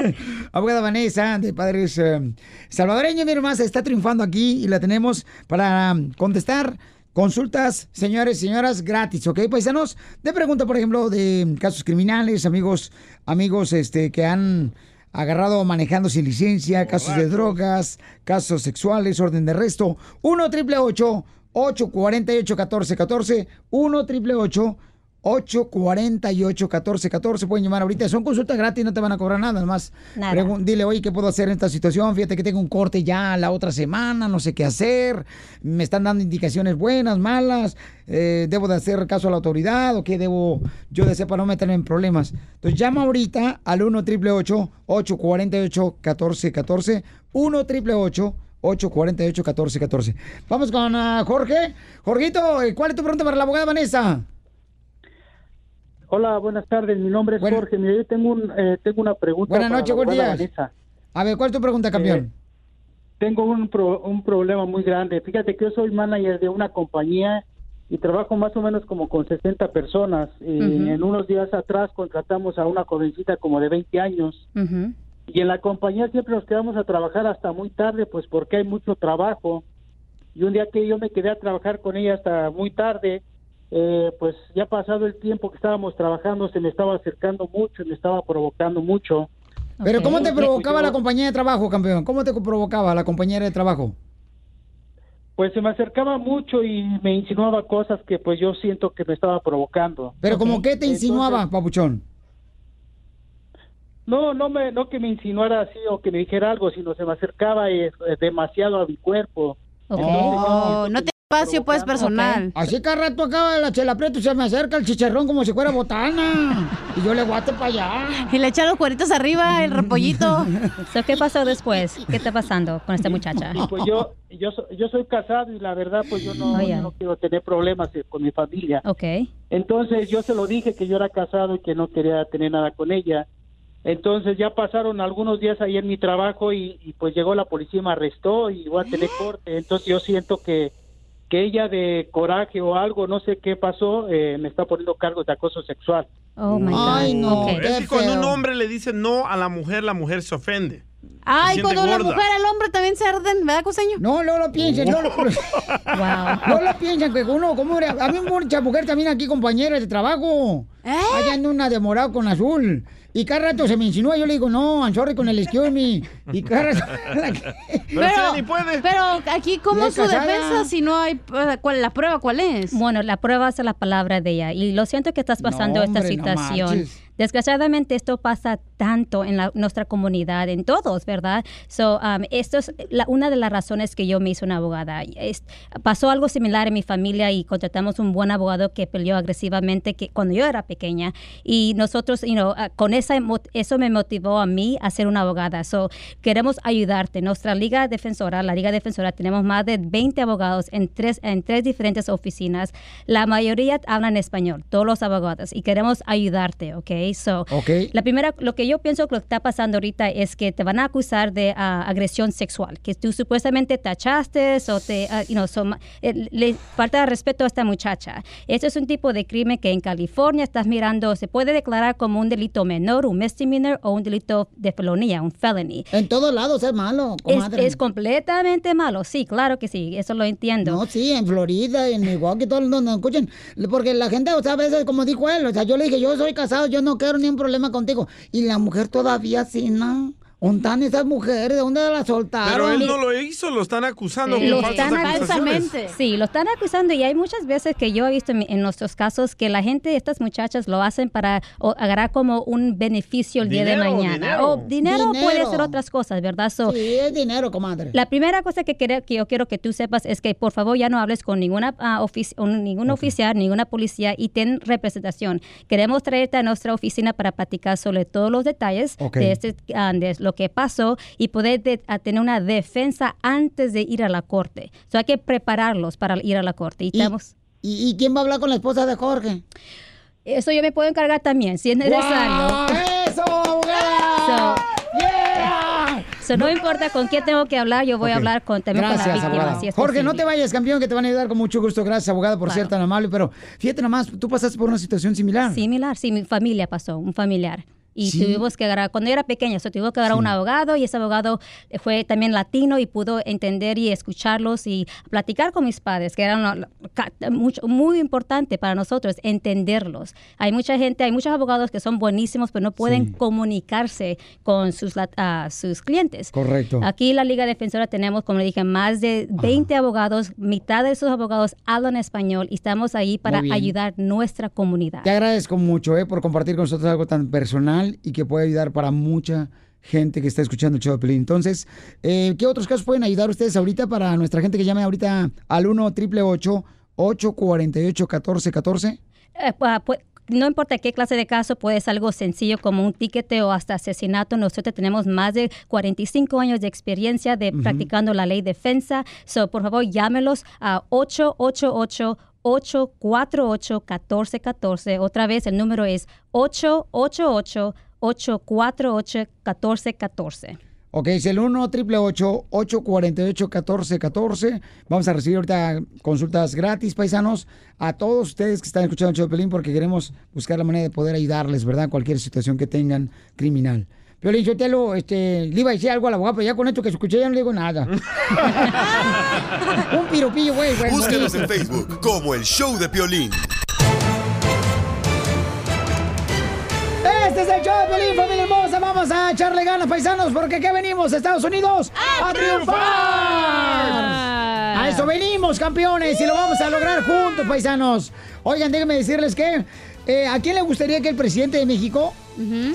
abogada Vanessa, de padres eh, salvadoreños, mi hermana, está triunfando aquí y la tenemos para um, contestar consultas, señores y señoras, gratis, ¿ok, paisanos? De pregunta, por ejemplo, de casos criminales, amigos, amigos este, que han agarrado manejando sin licencia, casos de drogas, casos sexuales, orden de arresto. 1 triple 848 1414 1 triple 848-1414. Pueden llamar ahorita. Son consultas gratis, no te van a cobrar nada. Nomás Nada. pregun- dile, oye, ¿qué puedo hacer en esta situación? Fíjate que tengo un corte ya la otra semana, no sé qué hacer. Me están dando indicaciones buenas, malas. eh, ¿Debo de hacer caso a la autoridad o qué debo yo de hacer para no meterme en problemas? Entonces llama ahorita al 1 888 848 1414 1 888 848 1414 Vamos con ah, Jorge. Jorgito, eh, ¿cuál es tu pregunta para la abogada Vanessa? Hola, buenas tardes. Mi nombre es Jorge. Mira, yo tengo, un, eh, tengo una pregunta. Buenas para noches, la buen abogada día. Vanessa. A ver, ¿cuál es tu pregunta, campeón? Eh, Tengo un, pro- un problema muy grande. Fíjate que yo soy manager de una compañía y trabajo más o menos como con 60 personas. Y Ujú. En unos días atrás contratamos a una jovencita como de 20 años. Y en la compañía siempre nos quedamos a trabajar hasta muy tarde, pues porque hay mucho trabajo. Y un día que yo me quedé a trabajar con ella hasta muy tarde, eh, pues ya pasado el tiempo que estábamos trabajando, se me estaba acercando mucho y me estaba provocando mucho. Eh, Pero ¿cómo te Ok. provocaba la compañía de trabajo, campeón? ¿Cómo te provocaba la compañera de trabajo? Pues se me acercaba mucho y me insinuaba cosas que pues yo siento que me estaba provocando. Pero como qué te insinuaba, papuchón? No, no me, no que me insinuara así o que me dijera algo, sino se me acercaba eh, demasiado a mi cuerpo. Oh, no te espacio, pues, personal. Así que al rato acaba la chela preto y se me acerca el chicharrón como si fuera botana. Y yo le guate para allá. Y le echa los cueritos arriba, el repollito. ¿Qué pasó después? ¿Qué está pasando con esta muchacha? Y pues yo, yo, so- yo soy casado y la verdad pues yo no, Oye. yo no quiero tener problemas eh, con mi familia. Ok. Entonces yo se lo dije que yo era casado y que no quería tener nada con ella. Entonces ya pasaron algunos días ahí en mi trabajo y, y, pues llegó la policía y me arrestó y voy a tener corte. Entonces yo siento que, que ella de coraje o algo, no sé qué pasó, eh, me está poniendo cargos de acoso sexual. Oh, my God. Ay, no, Ok. qué Es que cuando feo. un hombre le dice no a la mujer, la mujer se ofende. Ay, Se siente cuando la gorda. mujer al hombre también se arden, ¿verdad, coseño? No, no lo piensen, no lo Oh. No lo piensan que uno, como a mí mucha mujer también aquí compañeras de trabajo. ¿Eh? Allá anda una de morado con azul. Y cada rato se me insinúa, yo le digo, no, I'm sorry con el excuse me. Y cada rato... Pero, pero aquí, ¿cómo Ya es su casada. defensa si no hay eh, cuál, la prueba? ¿Cuál es? Bueno, la prueba es la palabra de ella. Y lo siento que estás pasando No, esta hombre, no situación. manches. Desgraciadamente esto pasa tanto en la- nuestra comunidad, en todos, ¿verdad? So, um, esto es la- una de las razones que yo me hice una abogada. Es- pasó algo similar en mi familia y contratamos un buen abogado que peleó agresivamente que, cuando yo era pequeña. Y nosotros, you know, ah, con esa, emo- eso me motivó a mí a ser una abogada. So, queremos ayudarte. Nuestra Liga Defensora, la Liga Defensora, tenemos más de 20 abogados en tres, en tres diferentes oficinas. La mayoría hablan español, todos los abogados, y queremos ayudarte, ¿ok? So, Ok. la primera, lo que yo pienso que lo que está pasando ahorita es que te van a acusar de ah, agresión sexual, que tú supuestamente tachaste o te, ah, you know, so ma- eh, le falta de respeto a esta muchacha. Esto es un tipo de crimen que en California estás mirando, se puede declarar como un delito menor, un misdemeanor o un delito de felonía, un felony. En todos lados es malo, Es, comadre. es completamente malo, sí, claro que sí, eso lo entiendo. No, sí, en Florida, en Milwaukee, todo donde nos escuchen. Porque la gente, o sea, a veces, como dijo él, o sea, yo le dije, yo soy casado, yo no quiero ni un problema contigo. Y la mujer todavía sí, ¿no? ¿Dónde están esas mujeres? ¿De dónde las soltaron? Pero él no lo hizo, lo están acusando con Lo falsas están acusaciones. acusando. Sí, lo están acusando y hay muchas veces que yo he visto en, mi- en nuestros casos que la gente, estas muchachas lo hacen para o, agarrar como un beneficio el día de Dinero, mañana. dinero. O dinero, puede Dinero. ser otras cosas, ¿verdad? So, Sí, es dinero, comadre. la primera cosa que, quiero- que yo quiero que tú sepas es que por favor ya no hables con ninguna ah, ofici- un- ningún oficial, ninguna policía y ten representación. Queremos traerte a nuestra oficina para platicar sobre todos los detalles Ok. de, este, ah, de lo que pasó y poder de- a tener una defensa antes de ir a la corte. So, hay que prepararlos para ir a la corte. Y, estamos- ¿Y, y quién va a hablar con la esposa de Jorge? Eso yo me puedo encargar también, si es necesario. ¡Guau! ¡Eso, abogada! So- So, no importa con quién tengo que hablar, yo voy a hablar con también con Gracias, las víctimas. abogada. si es Jorge, no posible. te vayas, campeón, que te van a ayudar con mucho gusto. Gracias, abogada, por ser tan amable. Pero fíjate nomás, tú pasaste por una situación similar. Similar, sí, mi familia pasó, un familiar. Y Sí. tuvimos que agarrar, cuando yo era pequeña, se tuvimos que agarrar un abogado y ese abogado eh, fue también latino y pudo entender y escucharlos y platicar con mis padres, que era lo- lo- ca- mucho- muy importante para nosotros, entenderlos. Hay mucha gente, hay muchos abogados que son buenísimos, pero no pueden comunicarse con sus, lat- ah, sus clientes. Correcto. Aquí en la Liga Defensora tenemos, como le dije, más de 20 abogados, mitad de esos abogados hablan español y estamos ahí para bien. ayudar nuestra comunidad. Te agradezco mucho eh, por compartir con nosotros algo tan personal y que puede ayudar para mucha gente que está escuchando el show de Pelín. Entonces, eh, ¿qué otros casos pueden ayudar ustedes ahorita para nuestra gente que llame ahorita al 1 888 848 1414 Eh, pa- pu- no importa qué clase de caso, puede ser algo sencillo como un tiquete o hasta asesinato. Nosotros tenemos más de 45 años de experiencia de Ujú. practicando la ley defensa. So, por favor, llámelos a 888 848-1414. Otra vez, el número es 888-848-1414. Ok, es el 1 848 1414 Vamos a recibir ahorita consultas gratis, paisanos, a todos ustedes que están escuchando el show de Piolín, porque queremos buscar la manera de poder ayudarles, ¿verdad? En cualquier situación que tengan criminal. Piolín, yo te lo, este, le iba a decir algo a la abogada, pero ya con esto que escuché ya no le digo nada. Un piropillo, güey, güey. Búscanos en Facebook como el show de Piolín. Este es el show de Piolín, familia hermosa. Vamos a echarle ganas, paisanos, porque ¿qué venimos, Estados Unidos? ¡A, triunfar! A eso venimos, campeones, y lo vamos a lograr juntos, paisanos. Oigan, déjenme decirles que, eh, ¿a quién le gustaría que el presidente de México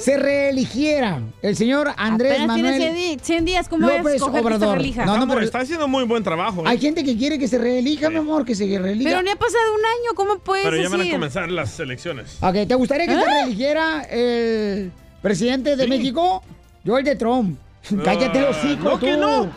se reeligiera? El señor Andrés Apenas tiene Manuel 100 di- 100 días, ¿cómo va a López escoger que se Obrador. relija? Amor, está haciendo muy buen trabajo. ¿eh? Hay gente que quiere que se reelija, mi amor, que se reelija. Pero ni ha pasado un año, ¿cómo puedes Pero ya van a decir? comenzar las elecciones. Ok, ¿te gustaría que se ¿Eh? reeligiera el presidente de México? Yo el de Trump. Cállate el hocico, no tú. que no.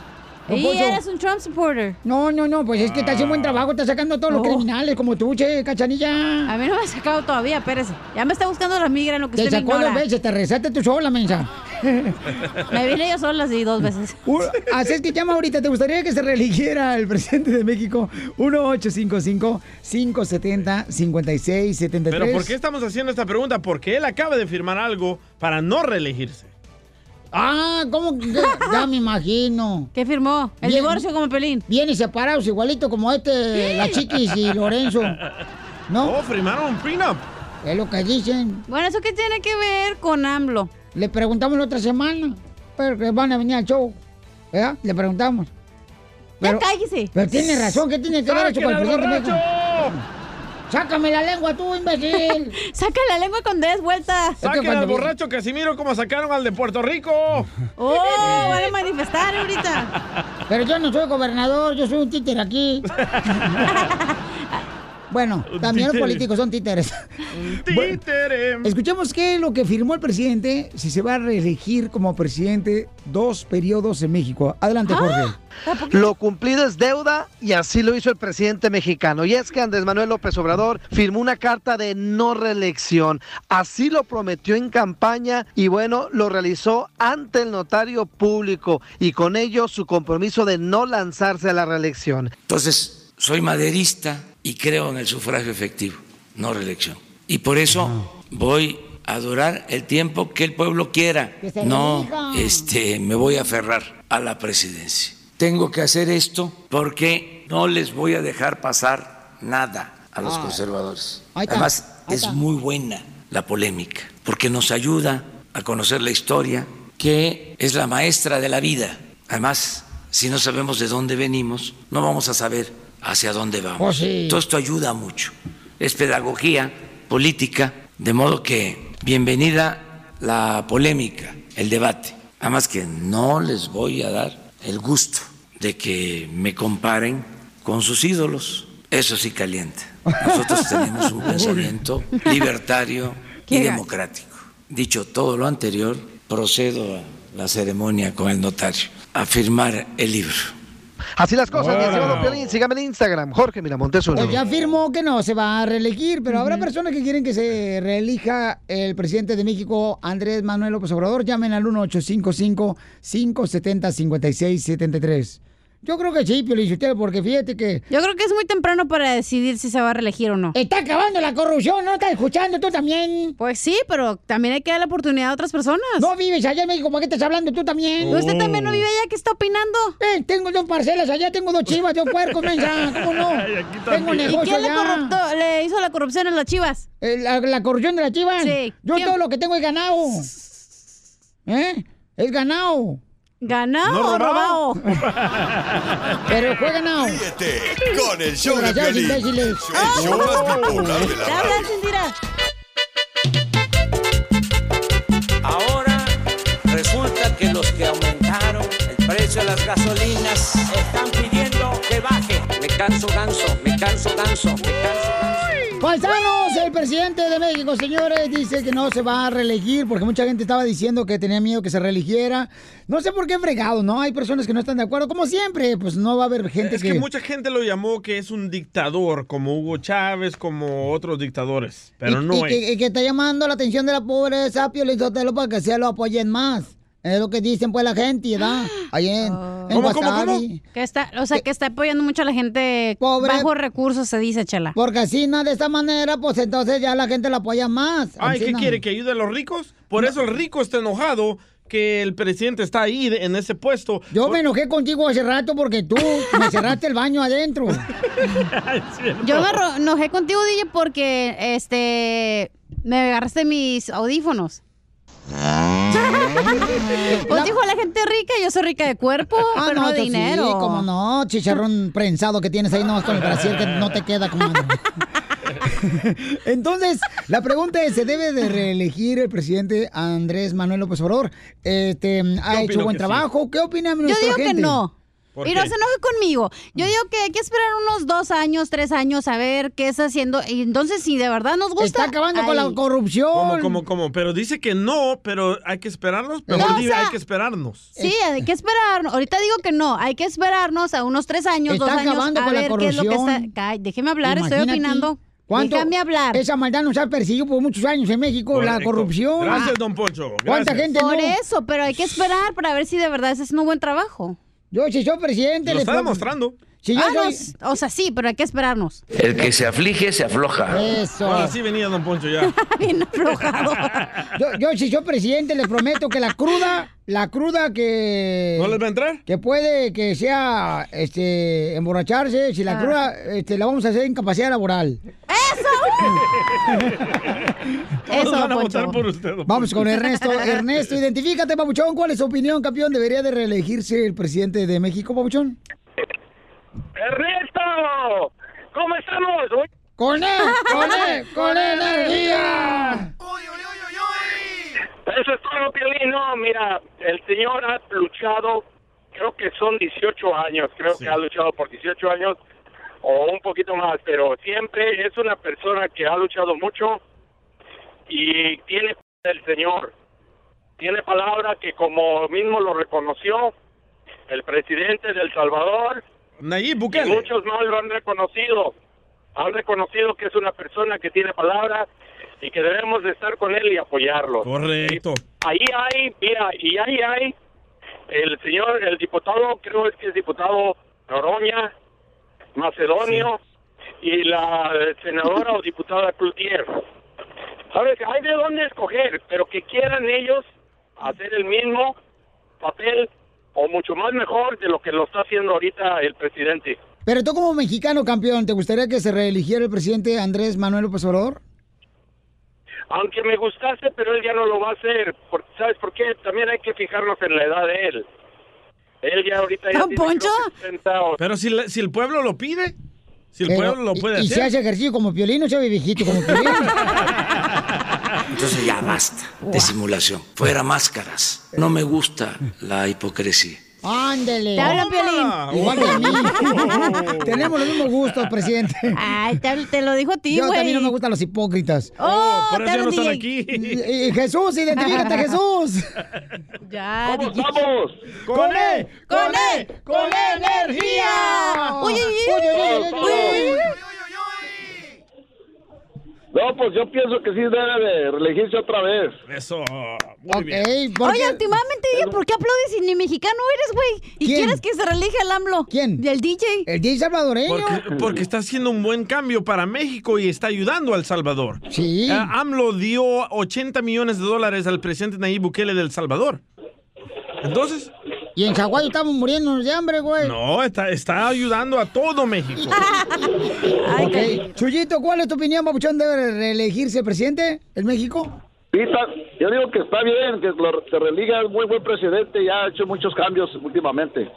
Don Y Poncho. eres un Trump supporter. No, no, no, pues es que está haciendo buen trabajo, está sacando a todos los Oh. criminales como tú, che, cachanilla. A mí no me ha sacado todavía, espérese. Ya me está buscando la migra en lo que Te usted me sacó ignora. dos veces, te rezaste tú sola, mensa. Me vine yo sola, sí, dos veces. U- Así es que llama ahorita, ¿te gustaría que se reeligiera el presidente de México? 1-855-570-5673. Pero ¿por qué estamos haciendo esta pregunta? Porque él acaba de firmar algo para no reelegirse. Ah, ¿cómo? que- Ya me imagino. ¿Qué firmó? El divorcio como Pelín. Vienen separados, igualito como este, la chiquis y Lorenzo. ¿No? Oh, firmaron un prenup. Es lo que dicen. Bueno, ¿eso qué tiene que ver con AMLO? Le preguntamos la otra semana, pero que van a venir al show. ¿Verdad? Le preguntamos. Pero, cállese. Pero tiene razón, ¿qué tiene que ver eso con el ¡Saquen al presidente de México? ¡Sácame la lengua tú, imbécil! ¡Saca la lengua cuando des vuelta! Saquen al borracho Casimiro como sacaron al de Puerto Rico. ¡Oh! Van a manifestar ahorita. Pero yo no soy gobernador, yo soy un títer aquí. bueno, Un también los títere. políticos son títeres. Bueno, Títere. escuchemos qué es lo que firmó el presidente si se va a reelegir como presidente dos periodos en México. Adelante, Jorge. Lo cumplido es deuda y así lo hizo el presidente mexicano. Y es que Andrés Manuel López Obrador firmó una carta de no reelección. Así lo prometió en campaña y bueno, lo realizó ante el notario público y con ello su compromiso de no lanzarse a la reelección. Entonces, soy maderista y creo en el sufragio efectivo, no reelección. Y por eso voy a durar el tiempo que el pueblo quiera. Que se No, elija. este, me voy a aferrar a la presidencia. Tengo que hacer esto porque no les voy a dejar pasar nada a los Ah. conservadores. Ahí está, Además, ahí es está. muy buena la polémica porque nos ayuda a conocer la historia que es la maestra de la vida. Además, si no sabemos de dónde venimos, no vamos a saber hacia dónde vamos. Oh, sí. Todo esto ayuda mucho. Es pedagogía política, de modo que bienvenida la polémica, el debate. Además que no les voy a dar el gusto de que me comparen con sus ídolos. Eso sí calienta. Nosotros tenemos un pensamiento libertario y Qué gacho. democrático. Dicho todo lo anterior, procedo a la ceremonia con el notario, a firmar el libro. Así las cosas, mi estimado Piolín. Sígame en Instagram, Jorge Miramontes uno. Pues ya afirmó que no se va a reelegir, pero habrá personas que quieren que se reelija el presidente de México, Andrés Manuel López Obrador. Llamen al 1-855-570-5673. Yo creo que sí, Piolín, Sotelo, porque fíjate que... Yo creo que es muy temprano para decidir si se va a reelegir o no. Está acabando la corrupción, ¿no? Estás escuchando tú también. Pues sí, pero también hay que dar la oportunidad a otras personas. Pues No vives allá en México, ¿para qué estás hablando tú también? ¿Usted Oh. también no vive allá? ¿Qué está opinando? Eh, tengo dos parcelas allá, tengo dos chivas, dos puercos, mensa, ¿cómo no? Y aquí Tengo un también. ¿Y negocio quién le allá. Eh, corruptó- le hizo la corrupción a las chivas? la, la corrupción de las chivas? Sí. Yo todo lo que tengo es ganado. ¿Eh? Es ganado. ¿Ganado ¿No o robado? robado? Pero fue ganado. Ríete con el show de Desgraciados Piolín. imbéciles. El show más bipolar de la radio. Ahora resulta que los que aumentaron el precio de las gasolinas están pidiendo que baje. Me canso ganso, me canso ganso, me canso. Paisanos, el presidente de México, señores, dice que no se va a reelegir porque mucha gente estaba diciendo que tenía miedo que se reeligiera. No sé por qué fregado, ¿no? Hay personas que no están de acuerdo. Como siempre, pues no va a haber gente Es que mucha gente lo llamó que es un dictador, como Hugo Chávez, como otros dictadores. Pero y, no y que, es. y que está llamando la atención de la pobreza, Pio Lizotelo, para que se lo apoyen más. Es lo que dicen pues la gente, ¿verdad? Ahí en, en Guasave. Oh. Que está, o sea, que está apoyando mucho a la gente Pobre- bajo recursos, se dice, Chela. Porque así, nada, de esta manera, pues entonces ya la gente la apoya más. Ay, ¿qué Encina. quiere? ¿Que ayude a los ricos? Por eso el rico está enojado que el presidente está ahí de- en ese puesto. Yo me enojé contigo hace rato porque tú me cerraste el baño adentro. Yo me ro- enojé contigo, DJ, porque este me agarraste mis audífonos. Pues dijo la gente rica, yo soy rica de cuerpo, Ah, pero no, de eso dinero. Sí, cómo no, chicharrón prensado que tienes ahí nomás con el brasier que no te queda como... Entonces, la pregunta es, ¿se debe de reelegir el presidente Andrés Manuel López Obrador? Este, ¿Ha hecho opino buen que sí. trabajo? ¿Qué opina nuestra Yo digo que gente? no. ¿Por Y no qué? se enoje conmigo. Yo digo que hay que esperar unos dos años, tres años a ver qué está haciendo. Y entonces, si de verdad nos gusta. Está acabando con la ahí. corrupción. ¿Cómo, cómo, cómo? Pero dice que no, pero hay que esperarnos. Mejor No, o dime, sea- hay que esperarnos. Sí, hay que esperar. Ahorita digo que no, hay que esperarnos a unos tres años, Está dos años acabando a con la ver qué es lo que está. corrupción. Ay, déjeme hablar, estoy Imagínate opinando. cuánto Déjame hablar. Esa maldad nos ha perseguido por muchos años en México, la Correcto. corrupción. Gracias, Ah, don Poncho. ¿Cuánta Gracias. gente Por no? eso, pero hay que esperar para ver si de verdad es un buen trabajo. Ah, Yo, si soy presidente, Lo les está puedo- demostrando. Si yo o sea, sí, pero hay que esperarnos. El que se aflige se afloja. Eso. Ahora Ah, sí venía don Poncho ya. Yo, yo, si soy presidente, les prometo que la cruda, la cruda que... ¿No les va a entrar? Que puede que sea, este, emborracharse. Si la Ah. cruda, este, la vamos a hacer incapacidad laboral. Todos Eso, van a Poncho. votar por usted. don Vamos Poncho. con Ernesto. Ernesto, identifícate, Papuchón. ¿Cuál es su opinión, campeón? ¿Debería de reelegirse el presidente de México, Papuchón? ¡Ernesto! ¿Cómo estamos? ¡Con él! ¡Con él! ¡Con energía! Eso es todo, Piolín. No, mira, el señor ha luchado, creo que son 18 años, creo que ha luchado por 18 años o un poquito más, pero siempre es una persona que ha luchado mucho y tiene el señor. Tiene palabra que como mismo lo reconoció el presidente de El Salvador, Nayib que Bukele. muchos no lo han reconocido. Han reconocido que es una persona que tiene palabra y que debemos de estar con él y apoyarlo. Correcto. Ahí hay, mira, y ahí hay el señor, el diputado, creo es que es diputado Noroña, Macedonio, y la senadora o diputada Cloutier. Sabes, hay de dónde escoger, pero que quieran ellos hacer el mismo papel o mucho más mejor de lo que lo está haciendo ahorita el presidente. Pero tú como mexicano, campeón, ¿te gustaría que se reeligiera el presidente Andrés Manuel López Obrador? Aunque me gustase, pero él ya no lo va a hacer. Por- ¿Sabes por qué? También hay que fijarnos en la edad de él. Él ya ahorita ya tiene, creo que 60 o Pero si, la- si el pueblo lo pide, si el Pero- pueblo lo puede y, y hacer. si hace ejercicio como piolino, se ve viejito como piolino. Entonces ya basta de simulación. Fuera máscaras. No me gusta la hipocresía. Ándele. Te hablan, Piolín. Igual que a mí. Tenemos los mismos gustos, presidente. Ay, te, te lo dijo a ti, Yo güey. también no me gustan los hipócritas. Oh, por eso ya no están también. aquí. Y- y Jesús, identifícate, Jesús. Ya, ¿Cómo DJ. estamos? ¡Con E. él! ¡Con él! ¡Con energía! Uy, uy, uy, uy, uy, uy. No, pues yo pienso que sí debe de reelegirse otra vez. Eso. Oye, últimamente, dije, ¿por qué aplaudes si ni mexicano eres, güey? ¿Y ¿Quién? quieres que se relija el AMLO? ¿Quién? Del DJ. El DJ salvadoreño. Porque, porque está haciendo un buen cambio para México y está ayudando a El Salvador. Eh, Sí. AMLO dio 80 millones de dólares al presidente Nayib Bukele del Salvador. Entonces, Y en Chaguayo estamos muriéndonos de hambre, güey. no, está, está ayudando a todo México. Ah, Ok. Chuyito, ¿cuál es tu opinión, Papuchón? ¿Debe reelegirse el presidente en México? Sí, está- yo digo que está bien, que lo- se reeliga, es muy buen presidente y ha hecho muchos cambios últimamente.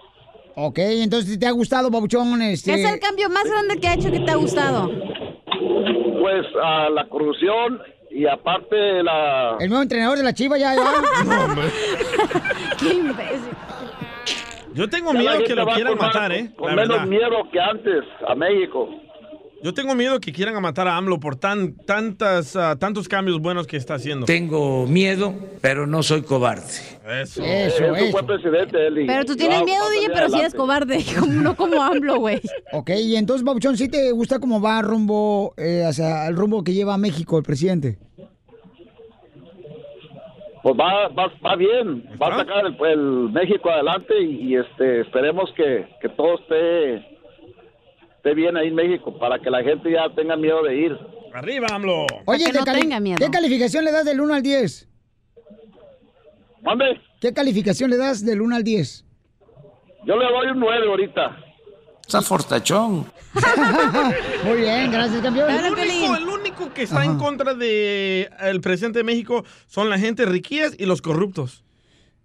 Ok, entonces, ¿te ha gustado, Papuchón? Este... ¿Qué es el cambio más grande que ha hecho que te ha gustado? Pues a la corrupción y aparte la... El nuevo entrenador de la Chiva ya, ya. Qué imbécil. Yo tengo Ya la miedo gente que lo va quieran con más- matar, ¿eh? con La menos verdad. miedo que antes a México. Yo tengo miedo que quieran matar a AMLO por tan, tantas, ah, tantos cambios buenos que está haciendo. Tengo miedo, pero no soy cobarde. Eso. Eso, Es un buen presidente, Eli. Pero tú tienes miedo, DJ, pero si eres cobarde. como- no como AMLO, güey. Ok, y entonces, Papuchón, ¿sí te gusta cómo va rumbo, eh, hacia el rumbo que lleva a México el presidente? pues va, va, va bien, va a sacar el, el México adelante y, y, este esperemos que, que todo esté, esté bien ahí en México para que la gente ya tenga miedo de ir. Arriba, AMLO. Oye, ¿qué, cali- ¿qué calificación le das del 1 al 10? ¿Mande? ¿Qué calificación le das del 1 al 10? Yo le doy un 9 ahorita. Está fortachón. Muy bien, gracias, campeón. El único, el único que está en contra de eh, el presidente de México son la gente riquías y los corruptos.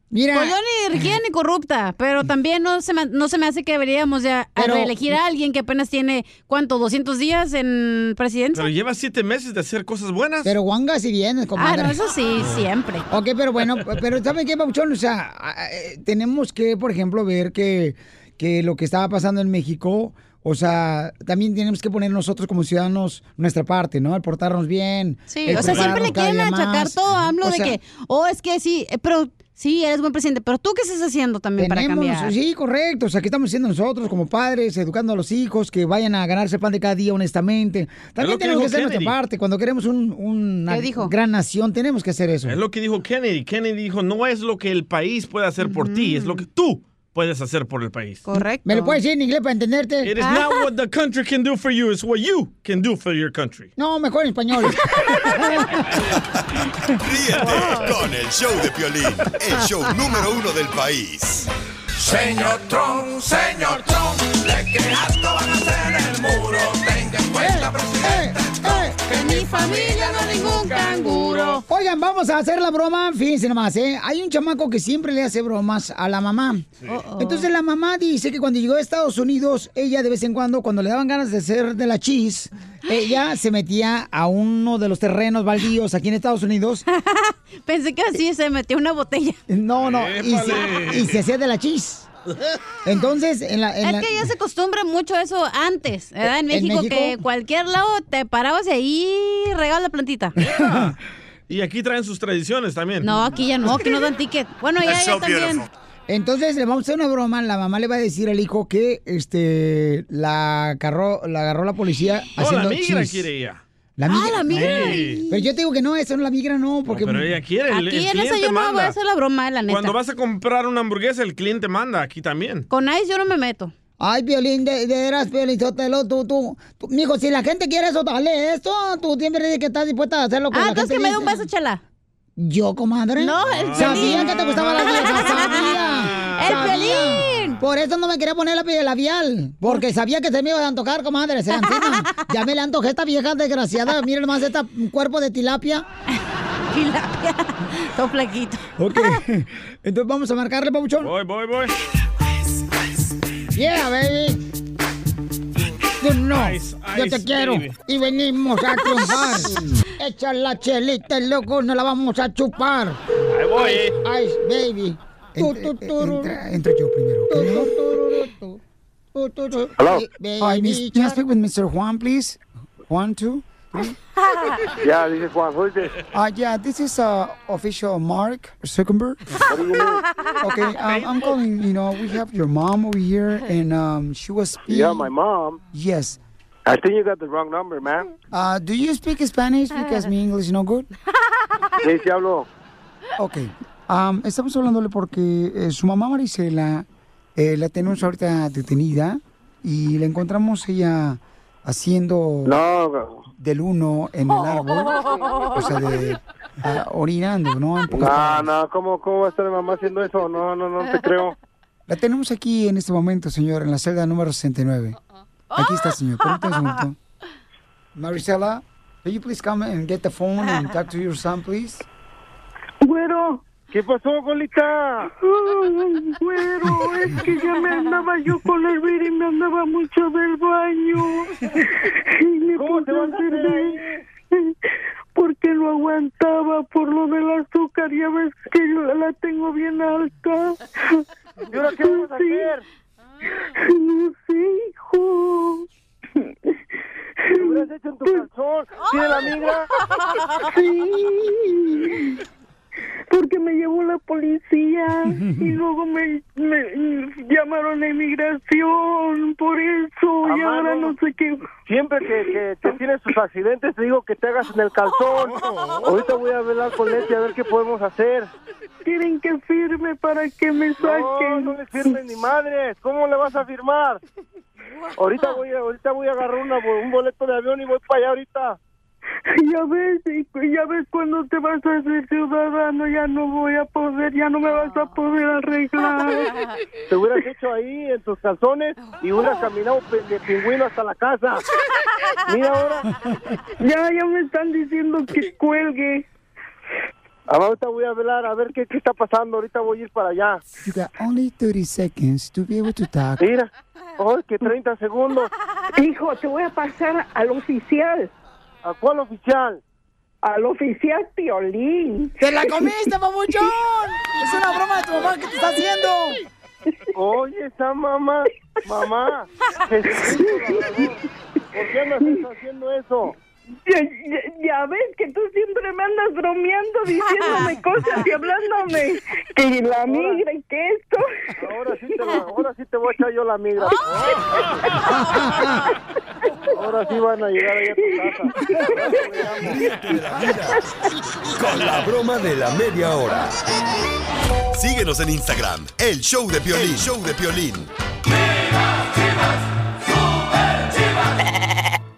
Mira. Pues yo ni riquilla ni corrupta, pero también no se me, no se me hace que deberíamos ya a Pero- reelegir a alguien que apenas tiene, ¿cuánto? ¿200 días en presidencia? Pero lleva siete meses de hacer cosas buenas. Pero guanga si vienes, comadre. Ah, no, eso sí, siempre. Ok, pero bueno, pero ¿saben qué, Pauchón? O sea, a- a- eh, tenemos que, por ejemplo, ver que, que lo que estaba pasando en México, o sea, también tenemos que poner nosotros como ciudadanos nuestra parte, ¿no? El portarnos bien. Sí, el o sea, siempre cuidarnos le cada quieren día achacar más. todo a AMLO O de sea, que, oh, es que sí, eh, pero sí, eres buen presidente, pero tú qué estás haciendo también para tenemos- cambiar. Sí, correcto. O sea, ¿qué estamos haciendo nosotros como padres, educando a los hijos, que vayan a ganarse el pan de cada día honestamente? lo También tenemos que que dijo hacer nuestra Kennedy. parte. Cuando queremos un- una gran nación, tenemos que hacer eso. Es lo que dijo Kennedy. Kennedy dijo, no es lo que el país puede hacer por ti, es lo que tú puedes hacer por el país. Correcto. Ah, ¿Me lo puedes decir en inglés para entenderte? It is not what the country can do for you, it's what you can do for your country. No, mejor en español. Ríete con el show de Piolín, el show número uno del país. Señor Trump, señor Trump, le que alto van a hacer el muro. Tenga en cuenta, presidente, que eh, mi familia no es ningún canguro. Oigan, vamos a hacer la broma. Fíjense nomás, ¿eh? Hay un chamaco que siempre le hace bromas a la mamá. Entonces la mamá dice que cuando llegó a Estados Unidos, ella de vez en cuando, cuando le daban ganas de hacer de la chis, ella se metía a uno de los terrenos baldíos aquí en Estados Unidos. Pensé que así se metió una botella. No, no, y Épale. se, y se hacía de la chis. Entonces, en la... en la- Eh, Es que ya se acostumbra mucho eso antes, ¿verdad? En ¿En México, que México? cualquier lado te parabas y ahí regabas la plantita. Y aquí traen sus tradiciones también. No, aquí ya no, que no dan ticket. Bueno, ya, That's ya so también. beautiful. Entonces le vamos a hacer una broma, la mamá le va a decir al hijo que este la agarró, la agarró la policía Oh, la haciendo migra chis. quiere ella. La Ah, migra. Ah, la migra. Sí. Pero yo te digo que no, eso no la migra no, porque Pero ella quiere. el- Aquí el en eso cliente yo no me voy manda. a hacer la broma, la neta. Cuando vas a comprar una hamburguesa, el cliente manda aquí también. Con Ice yo no me meto. Ay, Violín, de, de veras, Violín, Sotelo, tú, tú, tú. Mijo, si la gente quiere eso, dale esto. Tú siempre dices que estás dispuesta a hacer lo que Ah, la entonces gente que me dé dice. un beso, chela. ¿Yo, comadre? No, el Sabía Piolín. que te gustaba la vieja, sabía. El sabía. Por eso no me quería poner la piel labial, porque sabía que se me iba a antojar, comadre, se encima. Ya me le antojé esta vieja desgraciada, miren más este cuerpo de tilapia. tilapia, todo flaquito. Ok, entonces vamos a marcarle, papuchón. Voy, voy, voy. Yeah, baby. Tú no, Ice, yo ice, te quiero. baby. Y venimos a triunfar. Echa la chelita, loco, no la vamos a chupar. Ahí voy, Ice, eh. ice, baby. Tu, tu, turu. Entro yo primero, Tu, tu, tu. Hello. Ba- baby Hi, miss- shark. Can I speak with Mr. Juan, please? One, two, three. Yeah, this is Juan. Who is this? Uh, yeah, this is uh, official Mark Zuckerberg. okay, um, I'm calling. You know, we have your mom over here, and um, she was. Speaking. Yeah, my mom. Yes. I think you got the wrong number, man. Uh, do you speak Spanish? Because my English is no good. Sí, sí hablo. Ok. Am, Um, estamos hablándole porque eh, su mamá Marisela eh, la tenemos ahorita detenida y la encontramos ella haciendo del uno en el árbol, o sea, de, ah, orinando, ¿no? En pocas No, palabras. Ah, no, ¿cómo, ¿cómo va a estar mi mamá haciendo eso? No, no, no te creo. La tenemos aquí en este momento, señor, en la celda número 69. Aquí Oh. está, señor. Permítame un segundo. Marisela, will you please come and get the phone and talk to your son, please? Güero, ¿qué pasó, Golita? güero, es que ya me andaba yo con el virus y me andaba mucho del baño. Y me puse a servir porque no aguantaba por lo del azúcar. Ya ves que yo la tengo bien alta. ¿Y ahora qué vamos a hacer? No sé, hijo. ¿Lo hubieras hecho en tu calzón? ¿Tiene la migra? Sí. Porque me me llevó la policía y luego me, me llamaron a inmigración por eso y Amado. ahora no sé qué. Ah, Siempre que, que, que tienes tus accidentes te digo que te hagas en el calzón. Ahorita voy a hablar con Leti a ver qué podemos hacer. Quieren que firme para que me saquen. No, no les firmes ni madres. ¿Cómo le vas a firmar? Ahorita voy, a- ahorita voy a agarrar una bo- un boleto de avión y voy para allá ahorita. Ya ves, y- ya ves cuando te vas a ser ciudadano, ya no voy a poder, ya no me vas a poder arreglar. Te hubieras hecho ahí en tus calzones y hubieras caminado pe- de pingüino hasta la casa. Mira ahora. Ya, ya me están diciendo que cuelgue. Ahorita voy a hablar a ver qué, qué está pasando. Ahorita voy a ir para allá. You got only 30 seconds to be able to talk. Mira, oh, que Mm. 30 segundos. Hijo, te voy a pasar al oficial. ¿A cuál oficial? Al oficial Piolín. ¡Te la comiste, papuchón! ¡Es una broma de tu mamá que te está haciendo! Oye, esa mamá, mamá. Jesucristo, ¿Por qué me estás haciendo eso? Ya, ya- ya ves que tú siempre me andas bromeando, diciéndome cosas y hablándome. Que la migra y que esto. Ahora sí te, ahora sí te voy a echar yo la migra. Ahora sí van a llegar allá a tu casa. Ríete de la vida con la broma de la media hora. Síguenos en Instagram, el show de Piolín, show de Piolín.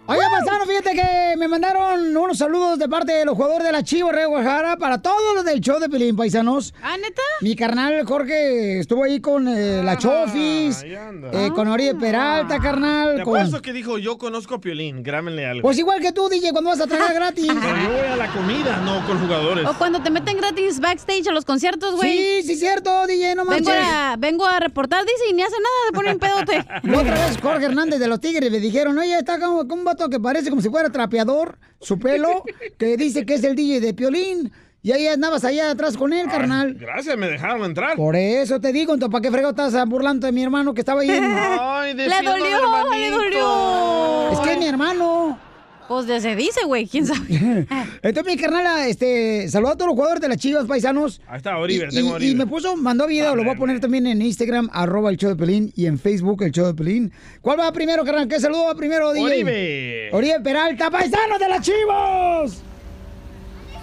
Oiga, paisano, fíjate que me mandaron unos saludos de parte de los jugadores de la Chivas Rey Guajara para todos los del show de Pelín Paisanos. ¿Ah, neta? Ah, Mi carnal Jorge estuvo ahí con eh, la Chofis, eh, con Ori de Peralta, carnal. Te Con... apuesto que dijo, yo conozco a Piolín, grámenle algo. Pues igual que tú, DJ, cuando vas a tragar gratis. Oh, Pero yo voy a la comida, no con jugadores. O cuando te meten gratis backstage a los conciertos, güey. Sí, sí, cierto, DJ, no vengo manches. a, vengo a reportar, dice, y ni hace nada, de ponen pedote. La Otra vez Jorge Hernández de los Tigres me dijeron, oye, está como, como un vato que parece como si fuera trapeador, su pelo, que dice que es el DJ de Piolín. Y ahí andabas allá atrás con él, carnal. Gracias, me dejaron entrar. Por e- eso te digo, entonces, ¿para qué fregado estás ah, burlando de mi hermano que estaba ahí? en- Ay, Le dolió, le dolió. Es que es mi hermano. Pues de- se dice, güey, quién sabe. Entonces, mi carnal, ah, este, saludó a todos los jugadores de las chivas paisanos. Ahí está, Oribe, y, tengo y- a y Oribe. me puso, mandó video, lo voy a poner también en Instagram, arroba el show de Pelín, y en Facebook el show de Pelín. ¿Cuál va primero, carnal? ¿Qué saludo va primero, DJ? Oribe. Oribe Peralta, paisanos de las chivas.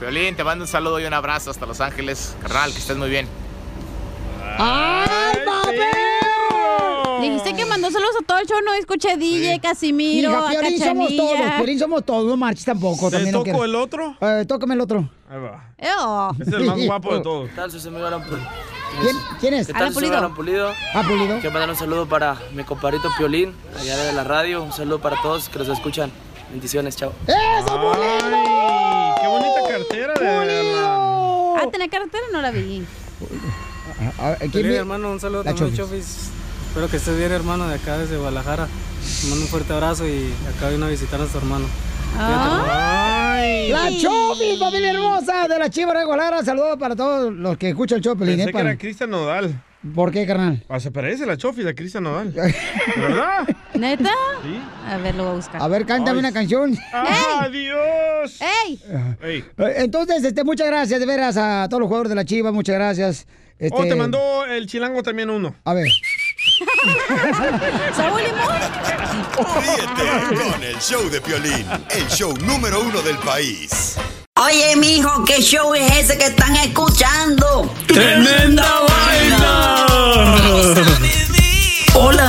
Violín, te mando un saludo y un abrazo hasta Los Ángeles. Carnal, que estés muy bien. ¡Ay, Dijiste que mandó saludos a todo el show, no escuché DJ, Casimiro, Mija, a Piolín somos Cachanilla. todos, Piolín somos todos, no marches tampoco. ¿Te también no toco quieras. el otro? Eh, tócame el otro. Ahí va. Ew. Es el más guapo de todos. ¿Qué tal? Soy Samuel Alan Pulido. Ah, ¿Quién, quién es? ¿Qué tal? Soy Samuel Alan Pulido. Ah, Pulido. Quiero mandar un saludo para mi compadrito Piolín, allá de la radio. Un saludo para todos que los escuchan. Bendiciones, chao. ¡Eso, Pulido! ¡Qué bonita cartera! Ah, tenía cartera, no la vi. Ah, Piolín, hermano, un saludo La también, Chofis. Chofis. Espero que estés bien, hermano, de acá desde Guadalajara. Te mando un fuerte abrazo y acá vino a visitar a su hermano. Ah. ¡Ay! La Chofi, familia hermosa de la Chiva Regulara. Saludos para todos los que escuchan el show, de Pelín. Pensé eh, que para- era Cristian Nodal. ¿Por qué, carnal? Ah, se parece la chofi de Cristian Nodal. ¿Verdad? ¿Neta? Sí. A ver, lo voy a buscar. A ver, cántame una canción. ¡Adiós! ¡Ey! Ey. Eh, Entonces, este, muchas gracias de veras a todos los jugadores de la Chiva, muchas gracias. Este, Oh, te mandó el chilango también uno. A ver. ¿Saúl Limón? Ríete con el show de Piolín, el show número uno del país. Oye, mijo, ¿qué show es ese que están escuchando? ¡Tremenda vaina! Hola